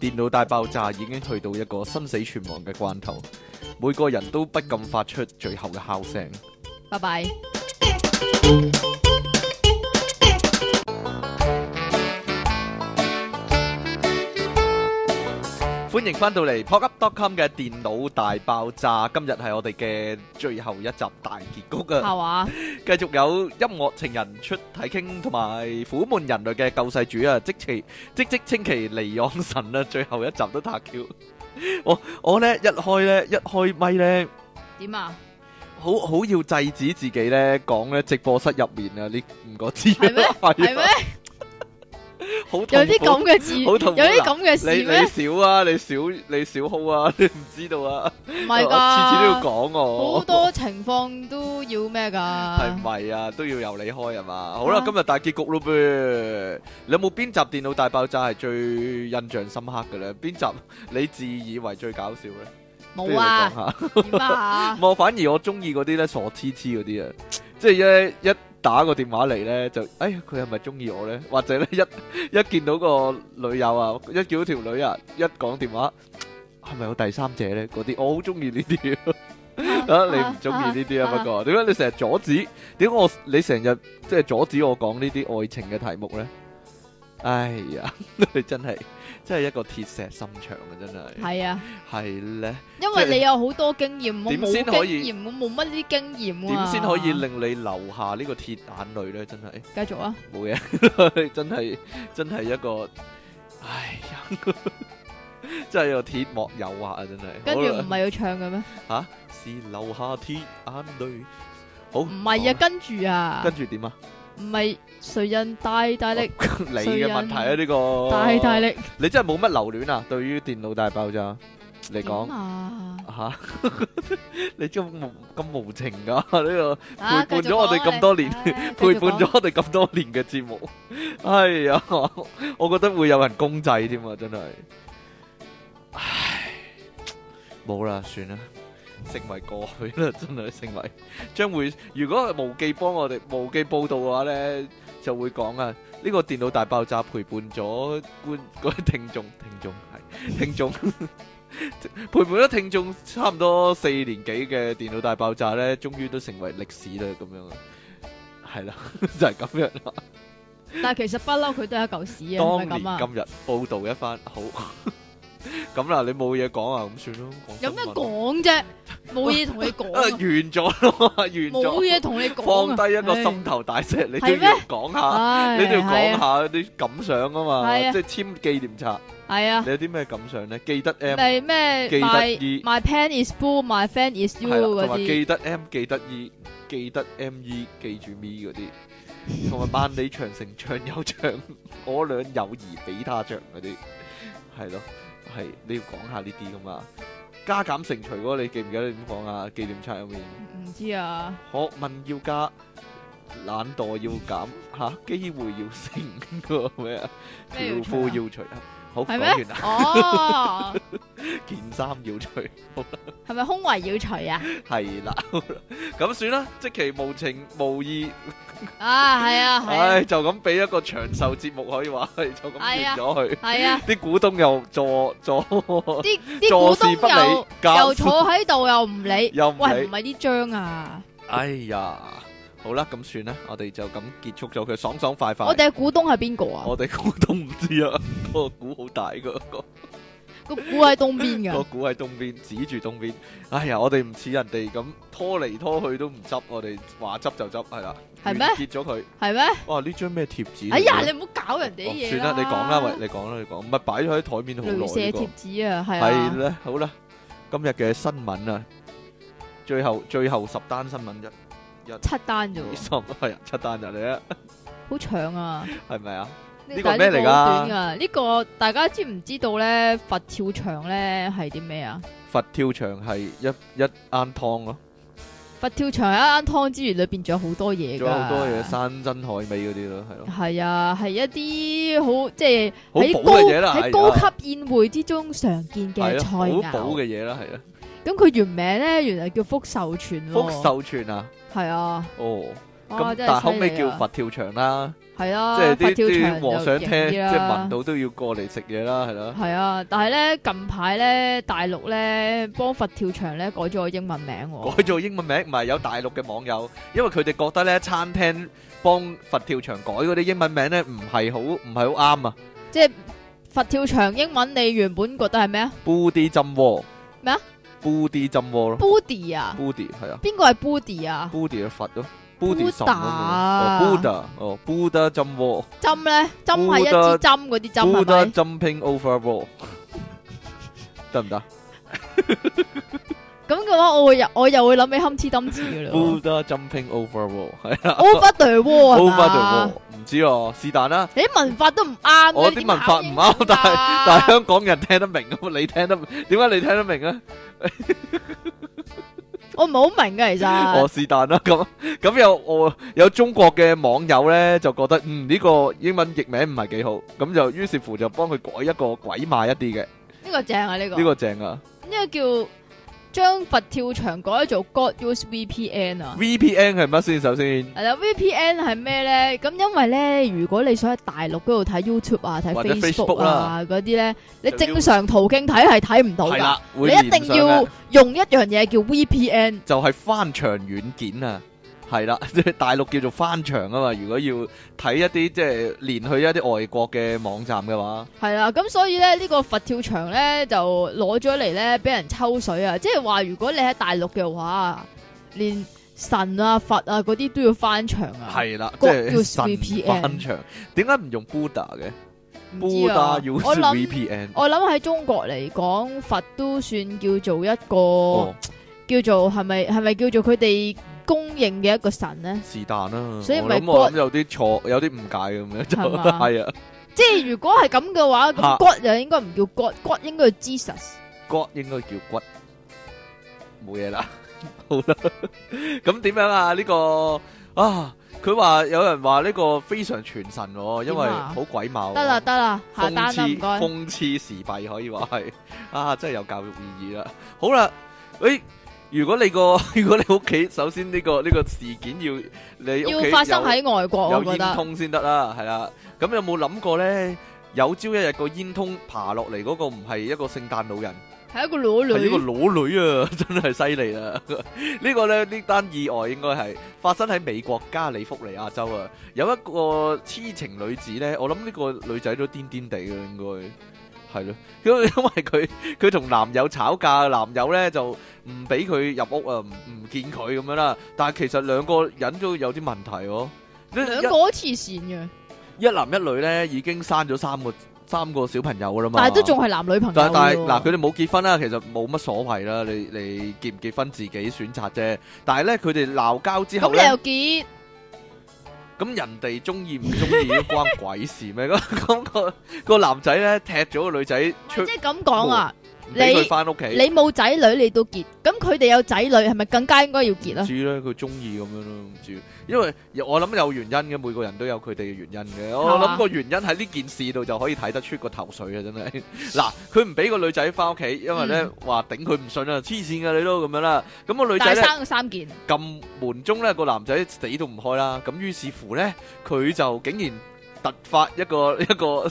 腦大爆炸已經去到一個生死存亡嘅關頭，每個人都不禁發出最後嘅哮聲。拜拜。歡迎翻到嚟 pocket.com 嘅電腦大爆炸，今日係我哋嘅最後一集大結局啊！係嘛？繼續有音樂情人出體傾，同埋苦悶人類嘅救世主啊！即其即即稱其離岸神啊！最後一集都塔 Q，我我咧一開咧一開咪咧，點啊？好好要制止自己咧講咧直播室入面啊！你唔覺知係咩係係咩啊？？好有痛啲苦咁嘅字，好有痛苦啲咁嘅事你咩？你少啊！你少你少好啊！你唔知道啊！唔我係次次都要㗎，講我好。啊多情況都要咩係㗎？咪啊？都要由你開係嘛？好啦，啊今日大結局咯噃。你有冇邊集電腦大爆炸係最印象深刻嘅咧？邊集你自以為最搞笑咧？冇啊不如你講？下。？點啊我反而我中意嗰啲咧傻痴痴嗰啲啊，即係一一打個電話嚟咧就，哎呀佢係咪中意我咧？或者咧一一見到個女友啊，一見到條女啊，一講電話係咪有第三者咧？嗰啲我好中意呢啲。 啊！你唔中意呢啲啊？不過點解你成日阻止？點解我你成日即係阻止我講呢啲愛情嘅題目咧？哎呀， 你真係真係一個鐵石心腸啊！真係係啊，係咧，因即為係你有好多經驗，我點冇先可以經驗，我冇乜呢啲經驗點啊。先可以令你流下呢個鐵眼淚咧？真係繼續啊？冇 嘢，真係真係一個，哎 呀，真係有鐵幕誘惑啊！真係，跟住好啦唔係要唱嘅咩？吓是流下鐵眼淚，好唔係啊，，跟住好啊跟，住 點啊？唔係誰人大大力你嘅問題啊呢個，大大力你真係冇乜留戀啊？對於電腦大爆炸嚟講點啊？ 嚇，你咁無咁無情㗎 呢個啊陪伴繼續咗我哋講啊咁多你年唉 繼續陪伴講咗我哋咁多年嘅節目， 哎呀， 我覺得會有人公祭添啊！真係，唉，冇啦，算啦。成為過去啦，真係成為將會。如果無記幫我哋無記報道嘅話咧，就會講啊，呢個電腦大爆炸陪伴咗觀 嗰啲聽眾，聽眾係聽眾， 陪伴咗聽眾差唔多四年幾嘅電腦大爆炸咧，終於都成為歷史啦，咁樣啊，係啦， 就係咁樣啦。但係其實不嬲佢都係一嚿屎啊，當係咪年咁啊？今日報導一番，好 咁啦，你冇嘢講啊，咁算咯。講有新咩聞講啊啫？冇嘢同你講啊啊 完，咗咯， 完冇咗。嘢同你講放啊。低一個唉心頭大石，你都係咩要講下，唉啊你都要講下啲感想啊嘛，係啊即係簽紀念冊，係啊你，有啲咩感想咧？記得 M 咪咩記得 my E my pen is blue，my fan is you 係啦，嗰同埋啲，記得 M 記得 E 記得 M E 記住 me 嗰 啲，同埋萬里長城長有長，我倆友誼比他長嗰啲，係咯，係你要講下呢啲噶嘛？加減乘除嗰個你記唔記得點講啊？紀念冊入面。唔知啊，學問要加，懶惰要減，吓、機會要升個咩啊？咩要條除啊褲要除啊！好講係完咩啦，？哦， 件衫要除，係咪胸圍要除啊？係啦，好啦咁算啦，即其無情無義，啊，係啊，係啊唉，就咁俾一個長壽節目可以話係，就咁完係啊咗佢。係啊，啲股東又坐 坐，啲啲坐股視不東理又，又教坐喺度又唔理，又唔喂，理唔。係呢張啊，哎呀，好啦，咁算啦，我哋就咁結束咗佢，爽爽快快我。哋嘅股東係邊個啊？我哋股東唔知啊， 個股好大噶，個個股喺東邊個㗎，股喺東邊，指住東邊。哎呀，我哋唔似人哋咁拖嚟拖去都唔執，我哋話執就執，係啦。係咩完結咗佢。係咩？哇！呢張咩貼紙嚟㗎？哎呀，你唔好搞人哋哦啲嘢算啦，你講啦，喂，你講啦，你講。唔係擺咗喺台面好耐雷射呢個貼。紙啊，係係啊，啦，好啦，今日嘅新聞啊，最後最後十單新聞一七單啫喎，十 係啊七單入嚟啊，好長 啊。係咪啊？呢呢個咩嚟㗎㗎？呢個大家知唔知道咧？佛跳牆咧係啲咩啊？佛跳牆係一一罌湯咯，佛跳牆係一間湯之餘，裏邊仲有好多嘢㗎。仲有好多嘢山珍海味嗰啲咯，係咯。係啊，係一啲好即係好喺補嘅高嘢啦係啊喺高級宴會之中常見係嘅咯菜好補肴。嘅嘢啦，係啦。咁佢原名咧原來叫福壽全喎。福壽全啊，係啊，啊哦，咁咁但係後尾 à? 叫佛跳牆啦，系啊，即係佛啲跳啲牆和尚聽，即就型啲係聞啦。到都要過嚟食嘢啦，係啦。系啊，但係咧近排咧大陸咧幫佛跳牆咧改咗個英文名 改喎，咗英文名，唔係有大陸嘅網友，因為佢哋覺得咧餐廳幫佛跳牆改嗰啲英文名咧唔係好唔係好啱啊即係佛跳牆英文你原本覺得係咩啊 Booty 浸鍋咩啊？Booty 浸鍋咯？Body 啊？ ，Booty 係啊邊個係 Body 啊？ ，Booty 嘅佛咯，Booty 神 Buddha 哦，Buddha 哦，Buddha 浸鍋針咧，針係一烏得支針嗰啲針係，Buddha 咪？ jumping over wall，得唔得咁嘅話，我會又我又會諗起堪痴針字嘅啦 喎。 ？Buddha jumping over wall 係啊 Over the wall 係，over the 嘛 wall？唔知哦，是但啦。你啲文法都唔啱嘅，我你啲點文法唔啱，啊但係但係係香港人聽得明咁，你聽得點解你聽得明啊？我唔係好明嘅其我實。是但啦，咁咁有我有中國嘅網友咧就覺得嗯呢個英文譯名唔係幾好，咁就於是乎就幫佢改一個鬼馬一啲嘅，呢個正啊呢個呢。個正啊呢個叫將佛跳牆改做 God Use VPN 啊。 ！VPN 係乜先？首先係啦，VPN 係咩咧？咁因為咧，如果你想喺大陸嗰度睇 YouTube 啊、睇或者 Facebook Facebook 啦啊嗰啲咧，你就要正常途徑睇係睇唔到係㗎。啦，你會一連定上要咧用一樣嘢叫 VPN。就係翻牆軟件啊！係啦，即係大陸叫做翻牆啊嘛。如果要睇一啲即係連去一啲外國嘅網站嘅話，系啦，咁所以咧呢、個佛跳牆咧就攞咗嚟咧俾人抽水啊！即係話如果你喺大陸嘅話，連神啊、佛啊嗰啲都要翻牆啊，係啦，即 God 係 use 神 VPN 翻牆。點解唔用 Buddha 嘅？唔知 Buddha！啊 use 我諗 VPN。我諗喺中國嚟講，佛都算叫做一個、哦，叫做係咪係咪叫做佢哋公認嘅一個神咧？是但啦。所以我咪諗我 God- 諗有啲錯，有啲誤解咁樣就 係嘛係啊。即係如果係咁嘅話，嚇咁 God 就應該唔叫 God，God 應該叫 Jesus。骨應該叫骨，冇嘢啦。 好啦，咁點樣啊？呢個啊，佢話有人話呢個非常傳神喎，因為點啊好鬼貌喎。得啦得啦，下諷單啦刺唔該。諷刺時弊可以話係 啊，真係有教育意義啦。好啦，誒，如果你個 如果你屋企首先呢個呢個事件要你屋要企發生有喺外國，有我覺煙得。通先得啦，係啦。咁有冇諗過咧？有朝一日個煙通爬落嚟嗰個唔係一個聖誕老人，係一個裸係一個女，裸女啊！ 真係犀利啦！呢個咧呢單意外應該係發生喺美國加利福尼亞州啊，有一個痴情女子咧，我諗呢個女仔都癲癲地嘅應該係咯，因為 因為佢佢同男友吵架，男友咧就唔俾佢入屋啊，唔唔見佢咁樣啦。但係其實兩個人都有啲問題喎、一兩個好黐線嘅，一男一女咧已經生咗三個三個小朋友噶啦嘛，但係都仲係男女朋友但但係喎嗱，佢哋冇結婚啦，其實冇乜所謂啦，你你結唔結婚自己選擇啫。但係咧，佢哋鬧交之後咁你咧，又結咁人哋中意唔中意都關鬼事咩？咁咁個個男仔咧踢咗個女仔出，即係咁講啊？唔俾 你佢翻屋企。你冇仔女你都結，咁佢哋有仔女係咪更加應該要結唔啊？知咧，佢中意咁樣咯，唔知。因為我諗有原因嘅，每個人都有佢哋嘅原因嘅。我諗個原因喺呢件事度就可以睇得出個頭緒啊！真係 嗱，佢唔俾個女仔翻屋企，因為咧嗯話頂佢唔順啊，黐線嘅你都咁樣啦。咁個女仔但係咧生咗三件，撳門鐘咧，個男仔死都唔開啦。咁於是乎咧，佢就竟然突發一個 一個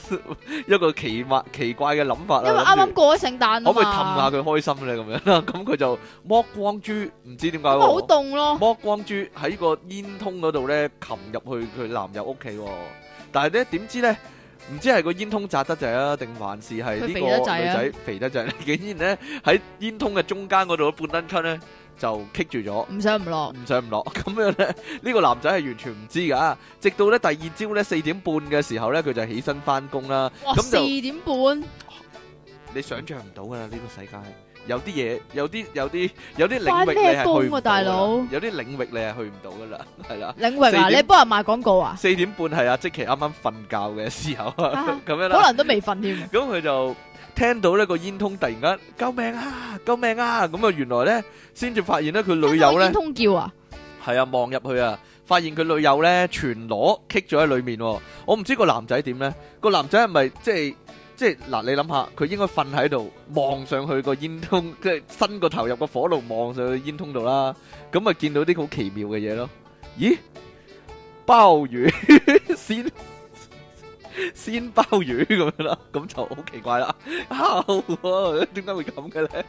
一個奇怪奇怪嘅諗法啦。因諗為住啱啱過咗聖誕啊可嘛，唔可以氹下佢開心咧？咁樣啦，咁佢就剝光豬，唔知點解咁咪喎好 凍咯。剝光豬喺個煙通嗰度咧，擒入去佢男友屋企喎。但係咧，點知咧，唔知係個煙通窄得滯啊，定還是係呢個佢肥女得滯啊仔肥得滯， 竟然咧喺煙通嘅中間嗰度半撚級咧就棘住咗。唔上唔落，唔上唔落， 咁樣咧，呢個男仔係完全唔知噶。直到咧第二朝咧四點半嘅時候咧，佢就起身翻工啦。哇！咁四就點半，你想象唔到噶啦，呢個世界有啲嘢，有啲有啲有啲領翻域咩你係工去唔啊到大㗎啦佬有啲領域你係去唔到噶啦， 係啦。領域啊！四點你幫人賣廣告啊？四點半係阿即奇啱啱瞓覺嘅時候啊啊，咁樣可啦，能都未瞓添，咁佢就聽到呢個煙通突然間救命啊，救命啊！咁啊，原來咧先至發現咧佢女友咧聽到煙通叫啊！ 係啊望入去啊，發現佢女友咧全裸棘咗喺裏面喎。我唔知個男仔點咧，個男仔係咪即係即係嗱？你諗下，佢應該瞓喺度望上去個煙通，即係伸個頭入個火爐望上去煙通度啦，咁咪見到啲好奇妙嘅嘢咯。咦？ 鮑魚鮮鮮鮑魚咁樣啦，咁就好奇怪啦。啊，點解會咁嘅咧？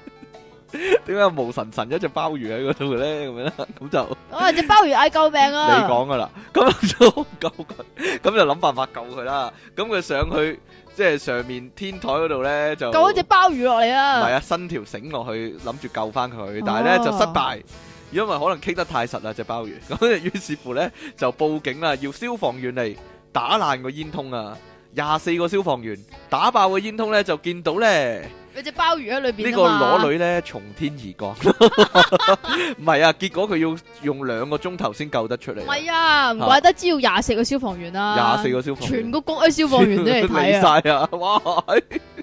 點解無神神一隻鮑魚喺嗰度嘅咧？咁樣啦，咁就。我話只鮑魚嗌救命啊！你講噶啦， 咁就救佢，咁就諗辦法救佢啦。咁佢上去即係上面天台嗰度咧就救咗只鮑魚落嚟唔係啊！啊，伸條繩落去諗住救翻佢，但係咧、哦就失敗，因為可能傾得太實啦只鮑魚， 咁於是乎咧就報警啦，要消防員嚟打爛個煙通啊！廿四個消防員打爆個煙通咧，就見到咧。有只鮑魚喺裏呢邊啊個嘛裸女咧從天而降， 唔係啊！結果佢要用兩個鐘頭先救得出嚟唔啊。係啊，唔怪得知要廿四個消防員啦，廿四個消防員啊全個公安消防員都 嚟睇啊！晒啊！哇，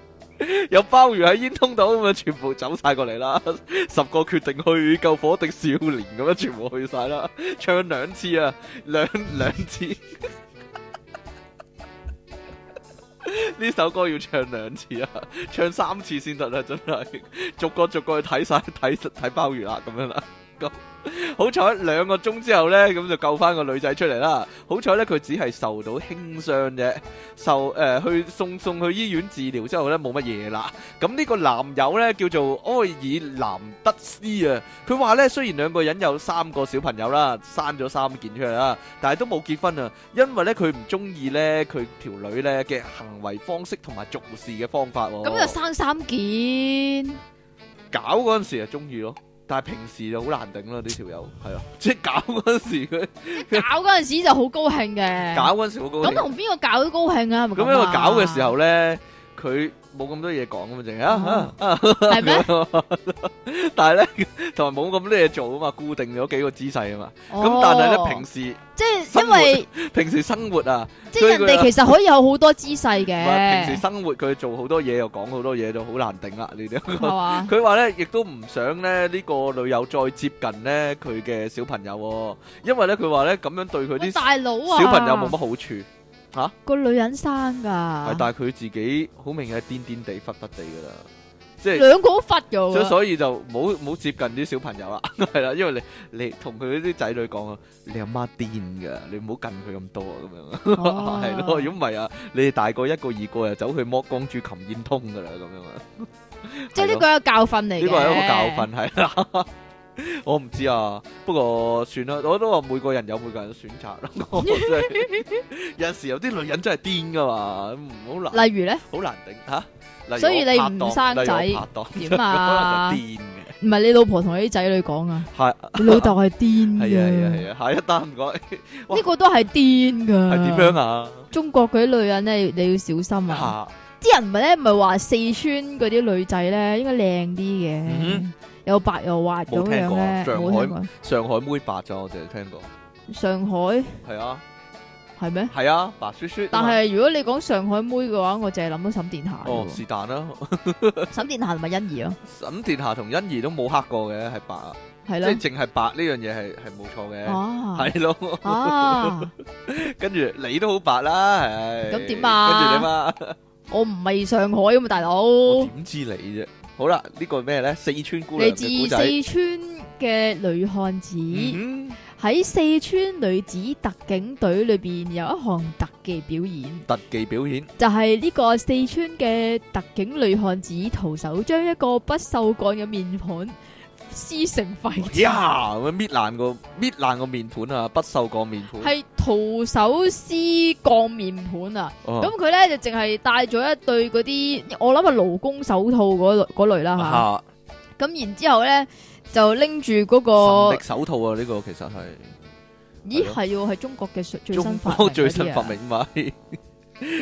有鮑魚喺煙通度咁啊，全部走晒過嚟啦。十個決定去救火的少年咁樣，全部去晒啦。唱兩次啊，兩兩次。 呢首歌要唱兩次啊，唱三次先得啦，真係逐個逐個去睇晒睇睇鮑魚啦，咁樣啦。咁好彩兩個鐘之後呢，咁就救翻個女仔出嚟啦。好彩呢，佢只係受到輕傷啫。受誒、呃去送送去醫院治療之後咧冇乜嘢啦。咁呢個男友咧叫做埃爾南德斯啊，佢話咧雖然兩個人有三個小朋友啦，生咗三件出嚟啦，但係都冇結婚啊，因為咧佢唔中意咧佢條女咧嘅行為方式同埋做事嘅方法喎。咁就生三件，搞嗰陣時就中意咯，但係平時就好難頂啦呢條友，係啊，即係搞嗰陣時佢搞嗰陣時就好高興嘅。搞嗰陣時好高興咁同邊個搞都高興啊？係咪咁因啊為搞嘅時候咧，佢冇咁多嘢講咁嘛，淨係 啊啊啊係咩？但係咧，同埋冇咁多嘢做啊嘛，固定咗幾個姿勢啊嘛。咁、哦但係咧，平時即係生因活為平時生活啊，即係人所以佢哋其實可以有好多姿勢唔係平時嘅，生活佢做好多嘢又講好多嘢，就好難頂啦呢係 啲。嘛？佢話咧，亦都唔想咧呢個女友再接近咧佢嘅小朋友、喎，因為咧佢話咧咁樣對佢喂啲大佬啊，小朋友冇乜好處，係個女人生噶，但係佢自己好明顯係癲癲地忽忽地噶啦，即係。兩個都忽咗所啊。所以就唔好唔好接近啲小朋友啦， 係啦，因為你你同佢啲仔女講啊，你阿媽癲㗎，你唔好近佢咁多啊，咁樣 哦係咯，如果唔係啊，你哋大個一個二個又走去剝光珠琴煙通㗎啦，咁 樣啊，即係呢個係一個教訓嚟嘅。呢個係一個教。訓係啦。 我唔知啊，不過算啦，我都話每個人有每個人嘅選擇啦。 我真 係有陣時有啲女人真係癲㗎嘛，唔好難例如咧，好難頂嚇。例如所以我你拍唔檔生例如我仔拍檔點啊可能就 癲嘅。唔係你老婆同你啲仔女講啊，係你老豆係癲係啊係啊係啊，啊，下一單唔該，哇呢個都係癲噶。係點樣啊？中國嗰啲女人咧，你要小心啊！嚇啲人咪咧，咪話四川嗰啲女仔咧，應該靚啲嘅嗯，又白又滑咁冇聽樣過啊咧。上冇海聽過，上海妹白咗，我淨係聽過。上海係啊係咩？係啊，白雪雪啊但嘛。係如果你講上海妹嘅話，我淨係諗到沈殿霞哦啫喎。是但啦， 沈殿霞同埋欣宜咯，沈殿霞同欣宜都冇黑過嘅，係白啊，係即咯係。淨係白呢樣嘢係係冇錯嘅，啊係 Ờ. 咯。啊！跟住你都好白啦，係。咁點啊跟住點啊？我唔係上海啊咁嘛，大佬。我點知你啫？好啦，呢個咩咧？四川姑娘嚟嘅古自仔。四川嘅女漢子嗯哼喺四川女子特警隊裏邊有一項特技表演，特技表演就係呢個四川嘅特警女漢子徒手將一個不鏽鋼嘅面盤撕成廢渣，呀，咁樣搣爛個搣爛個面盤啊，不鏽鋼面盤。係徒手撕鋼面盤啊！哦咁佢咧就淨係戴咗一對嗰啲，我諗係勞工手套嗰類嗰類啦吓。啊嚇咁然之後咧就拎住嗰個神力，手套啊！呢、個其實係咦係咯係喎，係中國嘅最最中新發國 明最嗰啲新啊發明嘛，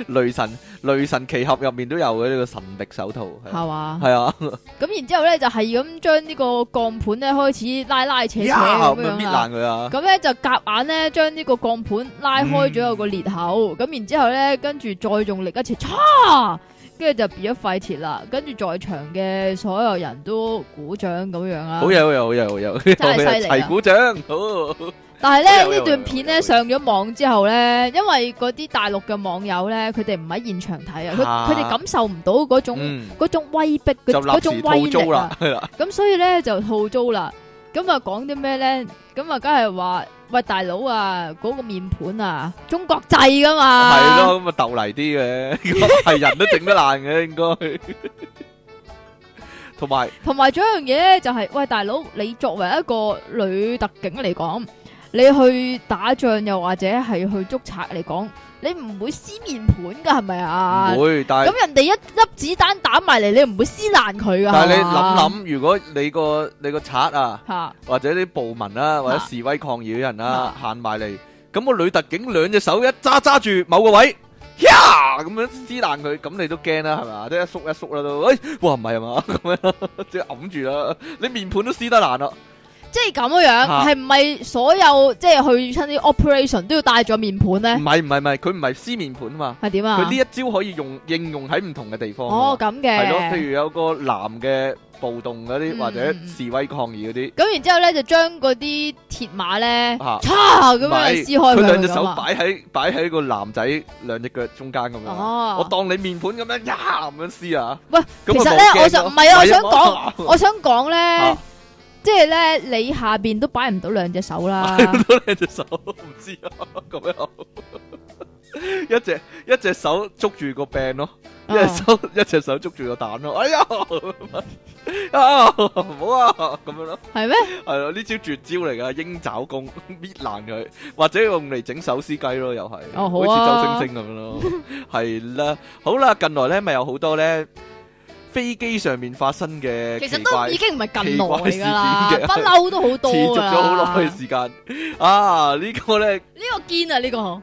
雷神雷神奇俠入面都有嘅呢、個神力手套，係係嘛？係啊，咁然之後咧就係咁將呢個鋼盤咧開始拉拉扯扯呀咁咁樣搣樣啦。爛佢啊！咁咧就夾硬咧將呢個鋼盤拉開咗有個裂口，咁、然之後咧跟住再用力一次，嚓，跟住就變咗廢鐵啦。跟住在場嘅所有人都鼓掌咁樣啊啦。好嘢好嘢好嘢好嘢，係 犀利啊齊鼓掌，好但係有咧有呢段片有有咧上咗網之後咧，因為嗰啲大陸嘅網友咧，佢哋唔喺現場睇啊，啊佢佢哋感受唔到嗰種嗯，嗰種威逼嗰就立嗰種時威套租力 啦啊，係啦，咁所以咧就套租啦。咁啊講啲咩咧？咁啊梗係話喂大佬啊，嗰、個面盤啊，中國製噶嘛，係咯，咁啊鬥泥啲嘅， 係人都整得爛嘅應該。同埋同埋仲有一樣嘢咧，就係、喂大佬，你作為一個女特警嚟講，你去打仗又或者係去捉賊嚟講，你唔會撕面盤噶係咪啊？唔會，但係咁人哋一粒子彈打埋嚟，你唔會撕爛佢噶。但係你係啊嘛諗諗，如果你個你個賊啊，吓，或者啲暴民啦，或者啊示威抗議嘅人啦啊，行埋嚟，咁個女特警兩隻手一揸揸住某個位，呀咁樣撕爛佢，咁你都驚啦，係咪啊？即係一縮一縮啦都，哎，哇唔係嘛，咁 樣啦即係揞住啦，你面盤都撕得爛啦，即係咁樣，啊係唔係所有即係去親啲 operation 都要帶咗面盤唔咧？係唔係唔係，佢唔係撕面盤啊嘛，係點嗯佢啊呢？一招可以用應用喺唔同嘅地方㗎嘛。哦，咁嘅。係咯，譬如有個男嘅暴動嗰啲，嗯或者嗯嗯示威抗議嗰啲，咁然之後咧，就將嗰啲鐵馬咧，啊嚓咁唔係樣撕開佢兩佢隻手咁啊。擺喺啊擺喺個男仔兩隻腳中間咁樣。哦我當你面盤咁樣呀咁樣撕啊！喂咁啊其實冇咧，驚我想咯唔係啊，我想係講啊，我想講咧啊，即係咧，你下邊都擺唔到兩隻手 啦。多兩隻手，唔知啊咁樣，一隻一隻手捉住個柄咯，一隻啊手一隻手捉住個蛋咯，哎呀啊唔好啊咁樣咯。係咩？系咯，呢招絕招嚟噶，鷹爪功搣爛佢，或者用嚟整手撕雞咯，又係，哦好好啊似周星星咁樣咯，係啦，好啦，近來咧咪有好多咧飛機上面發生嘅其奇實都怪已經唔係近來噶啦，奇怪事件嘅不嬲都好持多續㗎咗啦好耐嘅時間啊！呢個咧呢個堅啊，呢個呢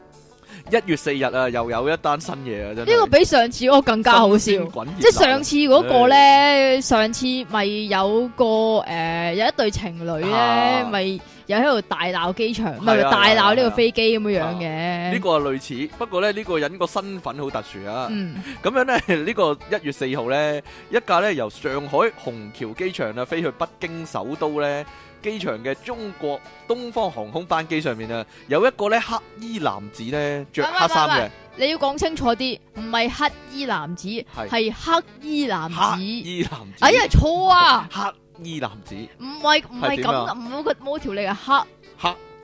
一月四日啊，又有一單新嘢啊，真係個比上次嗰個更加好笑。新鮮滾熱即係辣啊上次嗰個咧，上次咪有個誒有一對情侶咧，啊咪又喺度大鬧機場，唔係係啊大鬧呢係啊個飛機咁樣啊樣嘅。呢個係類似，不過咧呢個人個身份好特殊啊。嗯，咁樣咧，呢、 個一月四號咧，一架咧由上海虹橋機場啊飛去北京首都咧機場嘅中國東方航空班機上面啊，有一個咧黑衣男子咧着喂喂黑衫喂嘅喂你要講清楚啲，唔係黑衣男子，係係黑衣男黑子。衣男子，哎呀，錯啊！黑衣男子，唔係唔係係點啊咁，冇個冇條脷係黑。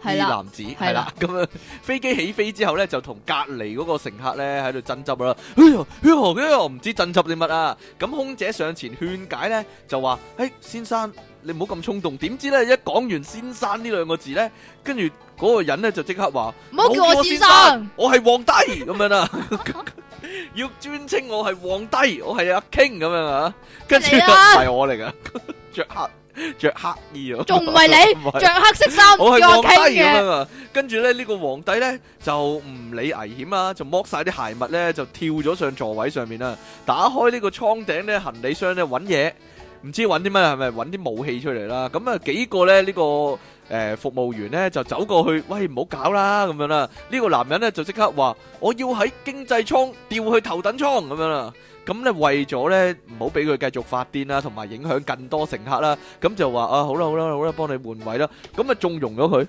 黑，衣係啦，男子係係啦啦，咁啊 飛機起飛之後咧，就同隔離嗰個乘客咧喺度爭執啦。哎呀，哎呀，哎呀，唔知爭執啲乜啊！咁空姐上前勸解咧，就話：，誒、先生，你唔好咁衝動。點知咧一講完先生呢兩個字咧，跟住嗰個人咧就即刻話：，唔好叫冇我先生。，我係皇帝咁樣啦。 要尊稱我係皇帝，我係阿 King 咁樣啊，跟住就你唔啦係我嚟噶， 着黑着黑衣啊，仲唔係你 唔係着黑色衫，叫我係皇我帝傾咁嘅。樣啊！跟住咧，呢個皇帝咧就唔理危險啊，就剝晒啲鞋襪咧，就跳咗上座位上面啦，打開呢個艙頂咧行李箱咧揾嘢，唔知揾啲乜，係咪揾啲武器出嚟啦？咁啊幾個咧呢、呢個誒、呃服務員咧就走過去，喂唔好搞啦咁樣啦。呢、個男人咧就即刻話：我要喺經濟艙調去頭等艙咁樣啦。咁咧為咗咧唔好俾佢繼續發癲啦，同埋影響更多乘客啦，咁就話啊好啦好啦好啦，幫你換位啦。咁啊縱容咗佢，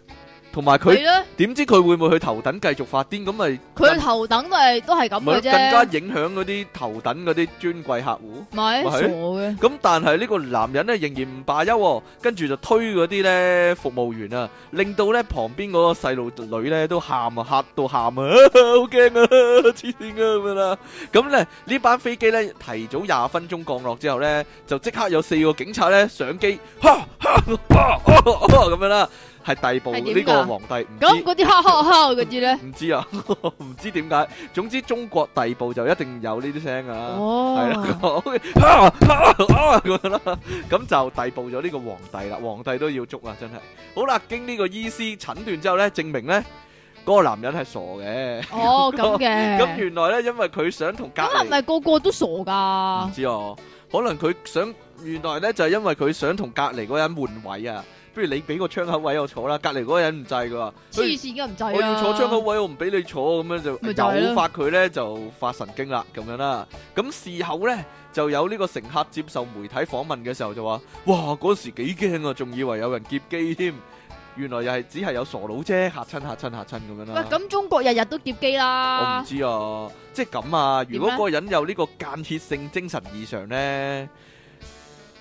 同埋係佢咧，點知佢會唔會去頭等繼續發癲？咁咪佢頭等都係都係咁咪更嘅加啫，影響嗰啲頭等嗰啲尊貴客戶。咪喂傻嘅。咁但係呢個男人咧仍然唔罷休、喎，跟住就推嗰啲咧服務員啊，令到咧旁邊嗰個細路女咧都喊啊，嚇到喊啊，好 驚啊，黐線啊 咁樣啦。咁咧呢班飛機咧提早廿分鐘降落之後咧，就即刻有四個警察咧上機，哈哈哈哈咁樣啦，係逮捕係點呢個㗎皇帝。唔咁知嗰啲哈哈哈嗰啲咧，唔知啊， 唔知點解。總之中國逮捕就一定有呢啲聲㗎啦。係啦啊哦，，咁樣啦，咁就逮捕咗呢個皇帝啦，皇帝都要捉啊，真係。好啦，經呢個醫師診斷之後咧，證明咧嗰、個男人係傻嘅。哦咁 咁、嘅，原來咧，因為佢想同隔咁啊係離，咪個個都傻唔噶？知啊，可能佢想原來咧就係、因為佢想同隔離嗰個人換位啊。不如你俾個窗口位我坐啦，隔離嗰個人唔制㗎喎。黐線嘅唔制啊！我要坐窗口位，我唔俾你坐，咁樣就咪就係咯誘發佢咧就發神經啦，咁樣啦。咁事後咧就有呢個乘客接受媒體訪問嘅時候就話：，哇，嗰時幾驚啊，仲以為有人劫機添，原來又係只係有傻佬啫，嚇親嚇親嚇親咁樣喂，啦。咁啊中國日日都劫機我唔啦，知啊，即係咁啊。如果點咧嗰個人有呢個間歇性精神異常咧，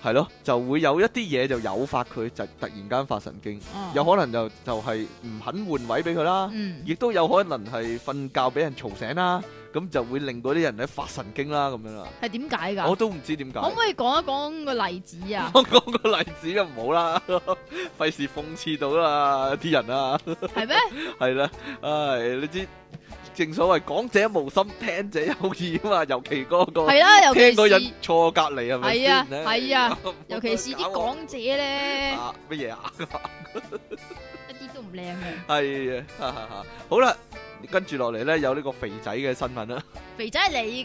係咯，就會有一啲嘢就誘發佢就突然間發神經，啊有可能就就係唔肯換位俾佢啦，嗯亦都有可能係瞓覺俾人嘈醒啦，咁就會令嗰啲人咧發神經啦咁樣啦，係點解㗎？我都唔知點解。可唔可以講一講個例子啊？ 我講個例子就唔好啦， 費事諷刺到啦啲人啊， 係咩？係啦，唉，你知正所謂講者無心，聽者有意啊嘛，尤其嗰、個。係啦，尤其聽嗰人是坐我隔離係咪係啊先咧係啊，尤其是搞啲我港姐咧，啊 乜嘢啊？一啲都唔靚嘅。係啊哈哈哈，好啦，跟住落嚟咧有呢個肥仔嘅新聞啦。肥仔係你㗎，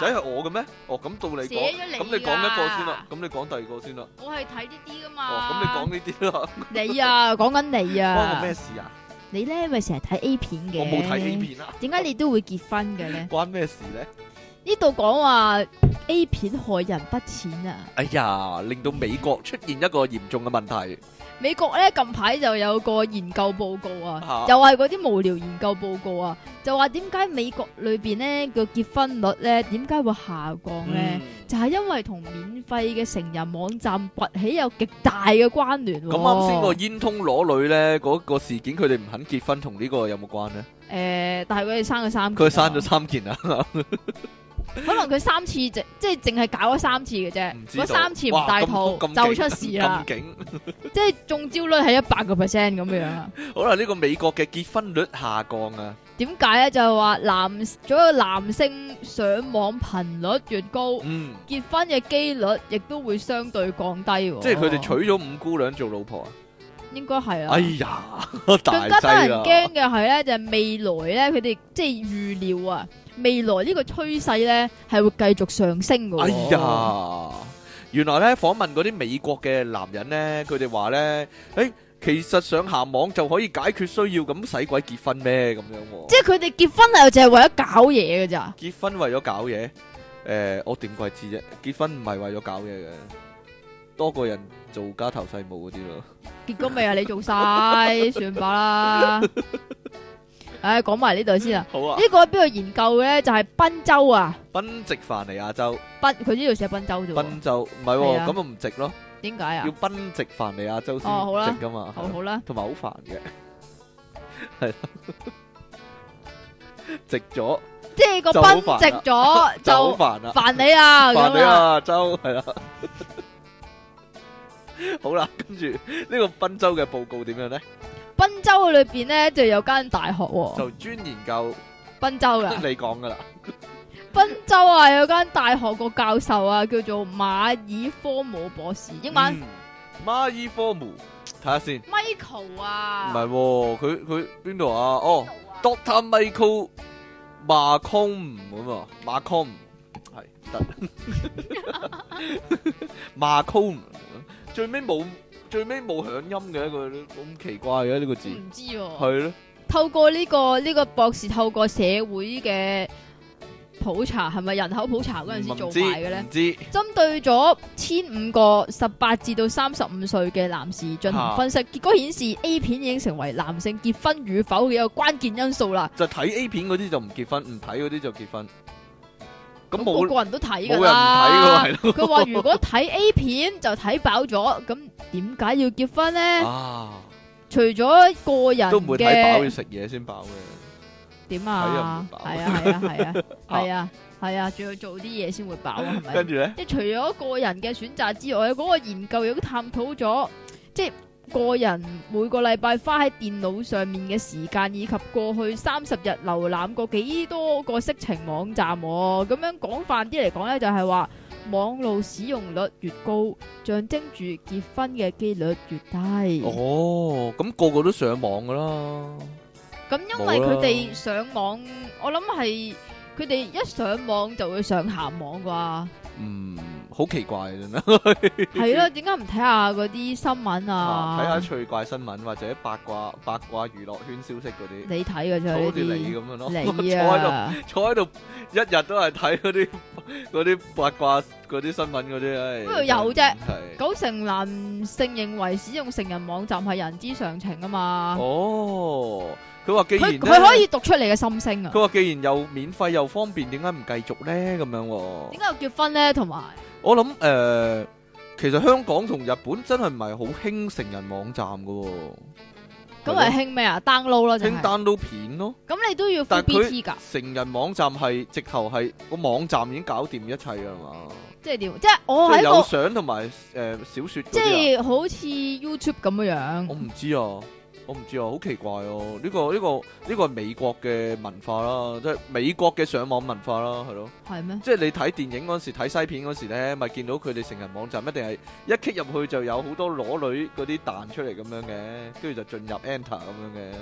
肥仔係我嘅咩？哦，咁到你寫講，咗你咁你講一個先啦，咁你講第二個先啦。我係睇呢啲㗎哦，嘛。咁你講呢啲啦，你啊， 講緊你關我啊咩，事啊？你咧咪成日睇 A 片嘅，我冇睇 A，片啊，點解你都會結婚嘅咧？關咩事咧？呢度講話 A 片害人不淺啊！哎呀，令到美國出現一個嚴重嘅問題。美國咧近排就有個研究報告啊，嚇又係嗰啲無聊研究報告啊，就話點解美國裏邊咧個結婚率咧點解會下降咧？就係因為同免費嘅成人網站崛起有極大嘅關聯喎。咁啱先個煙通裸女咧，嗰個事件佢哋唔肯結婚，同呢個有冇關咧？誒，但係佢哋生咗三，佢生咗，三件啊，可能佢三次啫，即係淨係搞咗三次嘅唔啫，知道嗰三次唔哇戴咁套咁就勁出事啦咁。勁。即係中招率係一百個 percent 咁樣啊？好啦，呢、個美國嘅結婚率下降啊，點解咧？就係話男咗個男性上網頻率越高，嗯，結婚嘅機率亦都會相對降低喎。即係佢哋娶咗五姑娘做老婆啊，應該係啦。啊哎呀，大更加得劑人啦，驚嘅係咧，就係未來咧，佢哋即係預料啊，未來呢個趨勢咧係會繼續上升嘅。哎，呀，原來咧訪問嗰啲美國嘅男人咧，佢哋話咧，誒、其實上下網就可以解決需要，咁使鬼結婚咩咁樣喎、即係佢哋結婚係就係為咗搞嘢嘅 咋？結婚為咗搞嘢，誒、我點鬼知啫？結婚唔係為咗搞嘢嘅，多個人做家頭細務嗰啲咯。結果未啊？你做晒，算吧啦。唉，講埋呢度先啦。好啊，呢個喺邊度研究嘅咧？就係賓州啊，賓夕凡尼亞州，賓佢呢度寫賓州啫喎，賓州唔係係喎，啊咁啊唔值咯。點解啊要？賓夕凡尼亞州先哦好啦值噶嘛，好好啦，同埋好煩 嘅，係啦，值咗即係個就好賓煩啦直咗就好就煩啦，煩你啊煩咁你啊！啊州 係啦，好啦，跟住呢個賓州嘅報告點樣咧？賓州嘅裏邊咧就有間大學喎，就專研究賓州噶，你講噶啦，賓州啊有間大學個教授啊叫做馬爾科姆博士，英文嗯馬爾科姆，睇下先，唔 Michael 啊，係喎，佢佢邊度啊？哦。Doctor Michael Macomb 咁啊，Macomb 係 得 Macomb 最尾冇最尾冇響音嘅一個咁奇怪嘅呢個字，唔知喎。係咯，透過呢個呢個博士透過社會嘅普查係咪人口普查嗰陣時嗯唔做知埋嘅咧唔？知針對咗千五個十八至到三十五歲嘅男士進行分析，結果顯示 A 片已經成為男性結婚與否嘅一個關鍵因素啦。就睇 A 片嗰啲就唔結婚，唔睇嗰啲就結婚，咁個冇個人都睇冇人㗎唔啦。睇嘅係 佢話如果睇 A 片就睇飽咗，咁點解要結婚咯， 呢？啊除咗個人都唔會睇飽要嘅食嘢先飽嘅，點睇啊啊，唔會飽係啊係 啊係啊係啊係啊，仲要做啲嘢先會飽啊，係咪跟？住咧即係除咗個人嘅選擇之外，嗰、個研究亦都探討咗，即係個人每個禮拜花喺電腦上面嘅時間，以及過去三十日瀏覽過幾多個色情網站、喎。咁樣廣泛啲嚟講呢，就係話網路使用率越高，象徵住結婚嘅機率越低。哦，咁個個都上網噶啦，咁因為佢哋上網，我諗係佢哋一上網就會上鹹網 啩。嗯，好奇怪真係。係咯，點解唔睇下嗰啲新聞啊 啊？睇下趣怪新聞或者八卦八卦娛樂圈消息嗰啲，你睇嘅啫好呢似你啲，咁樣咯， 你啊，坐喺度坐喺度一日都係睇嗰啲嗰啲八卦嗰啲新聞嗰啲，唉，邊度有啫係？九成男性認為使用成人網站係人之常情啊嘛，哦，佢話既然佢呢佢可以，讀出你嘅心聲啊。佢話既然又免費又方便，點解唔繼續咧？咁樣喎點解要結婚咧？同埋我諗誒，其實香港同日本真係唔係好興成人網站噶喎，咁係咪咯興咩啊？download 咯，就興係。 download 片咯。咁你都要但 full 係佢 BT 㗎，成人網站係直頭係個網站已經搞掂一切㗎啦嘛，即係點？即係我即係喺有個相同埋誒小說嗰即啲啊。係好似 YouTube 咁樣我樣。唔知啊，我唔知啊，好奇怪哦、呢、個呢、個呢、個係美國嘅文化啦，即係美國嘅上網文化啦，係咯。係咩？即係你睇電影嗰時睇西片嗰時咧，咪見到佢哋成人網站一定係一 kick 入去就有好多裸女嗰啲彈出嚟咁樣嘅，跟住就進入 enter 咁樣嘅。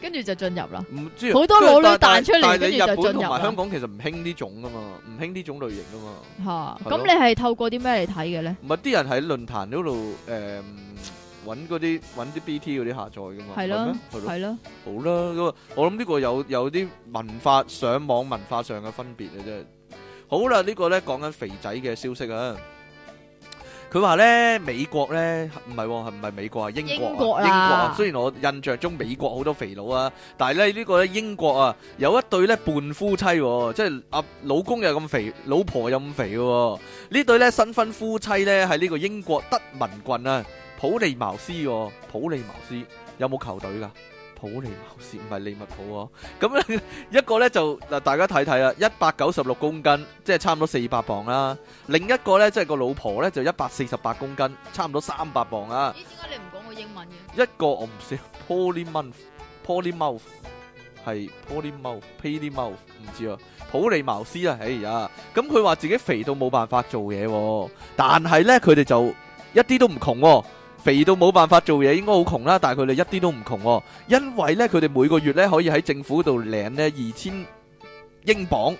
跟住就進入啦。唔知啊好多裸女但但彈出嚟但係跟住你日就本進入同埋啦香港其實唔興呢種噶嘛，唔興呢種類型噶嘛。吓，係咁咯你係透過啲咩嚟睇嘅咧？唔係啲人喺論壇嗰度誒揾嗰啲揾啲 BT 嗰啲下載噶嘛。哦係係咯咩，係咯。係咯，好啦，咁啊我諗呢個有有啲文化上網文化上嘅分別嘅啫。好啦，呢、個呢講緊肥仔嘅消息啊。佢話呢，美國呢，唔係喎，係唔係美國啊？英國啊，英國啊英國啊。雖然我印象中美國好多肥佬啊，但係咧呢、個呢，英國啊，有一對呢伴夫妻、喎，即係阿老公又咁肥，老婆又咁肥嘅、喎。呢對呢新婚夫妻呢，喺呢個英國德文郡啊，普利茅斯、喎，普利茅斯有冇球隊噶？普利茅斯唔係利物浦喎、咁咧 一個咧就嗱，大家睇睇啦，一百九十六公斤，即係差唔多四百磅啦。另一個咧即係個老婆咧就一百四十八公斤，差唔多三百磅啊咦？。點解你唔講個英文嘅？一個我唔識 p o l y m o u t h p o l y mouth 係 p o l y mouth p o l y mouth 唔知啊，普利茅斯啊，哎呀，咁佢話自己肥到冇辦法做嘢、喎，但係呢，佢哋就一啲都唔窮、喎。肥到冇辦法做嘢，應該好窮啦，但係佢哋一啲都唔窮、喎，因為呢，佢哋每個月呢可以喺政府度領呢二千英鎊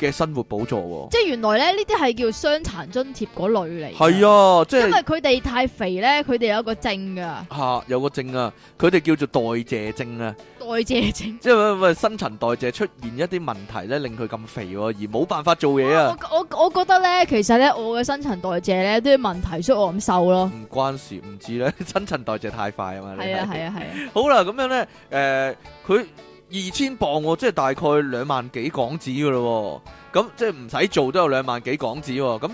嘅生活補助、即係原來咧呢啲係叫傷殘津貼嗰類嚟。喎。係，啊，即因為係佢哋太肥咧，佢哋有一個 症噶，嚇、有個症啊，佢哋叫做代謝症啊。代謝症。即係喂新陳代謝出現一啲問題咧，令佢咁肥喎，而冇辦法做嘢啊，我我我覺得咧，其實咧我嘅新陳代謝咧都有問題，所以我咁瘦咯。唔關事，唔知咧， 新陳代謝太快啊嘛，你係啊係啊係 啊，好啦，咁樣咧，誒、佢二千磅喎，即係大概兩萬幾港紙噶咯喎，咁即係唔使做都有兩萬幾港紙喎，咁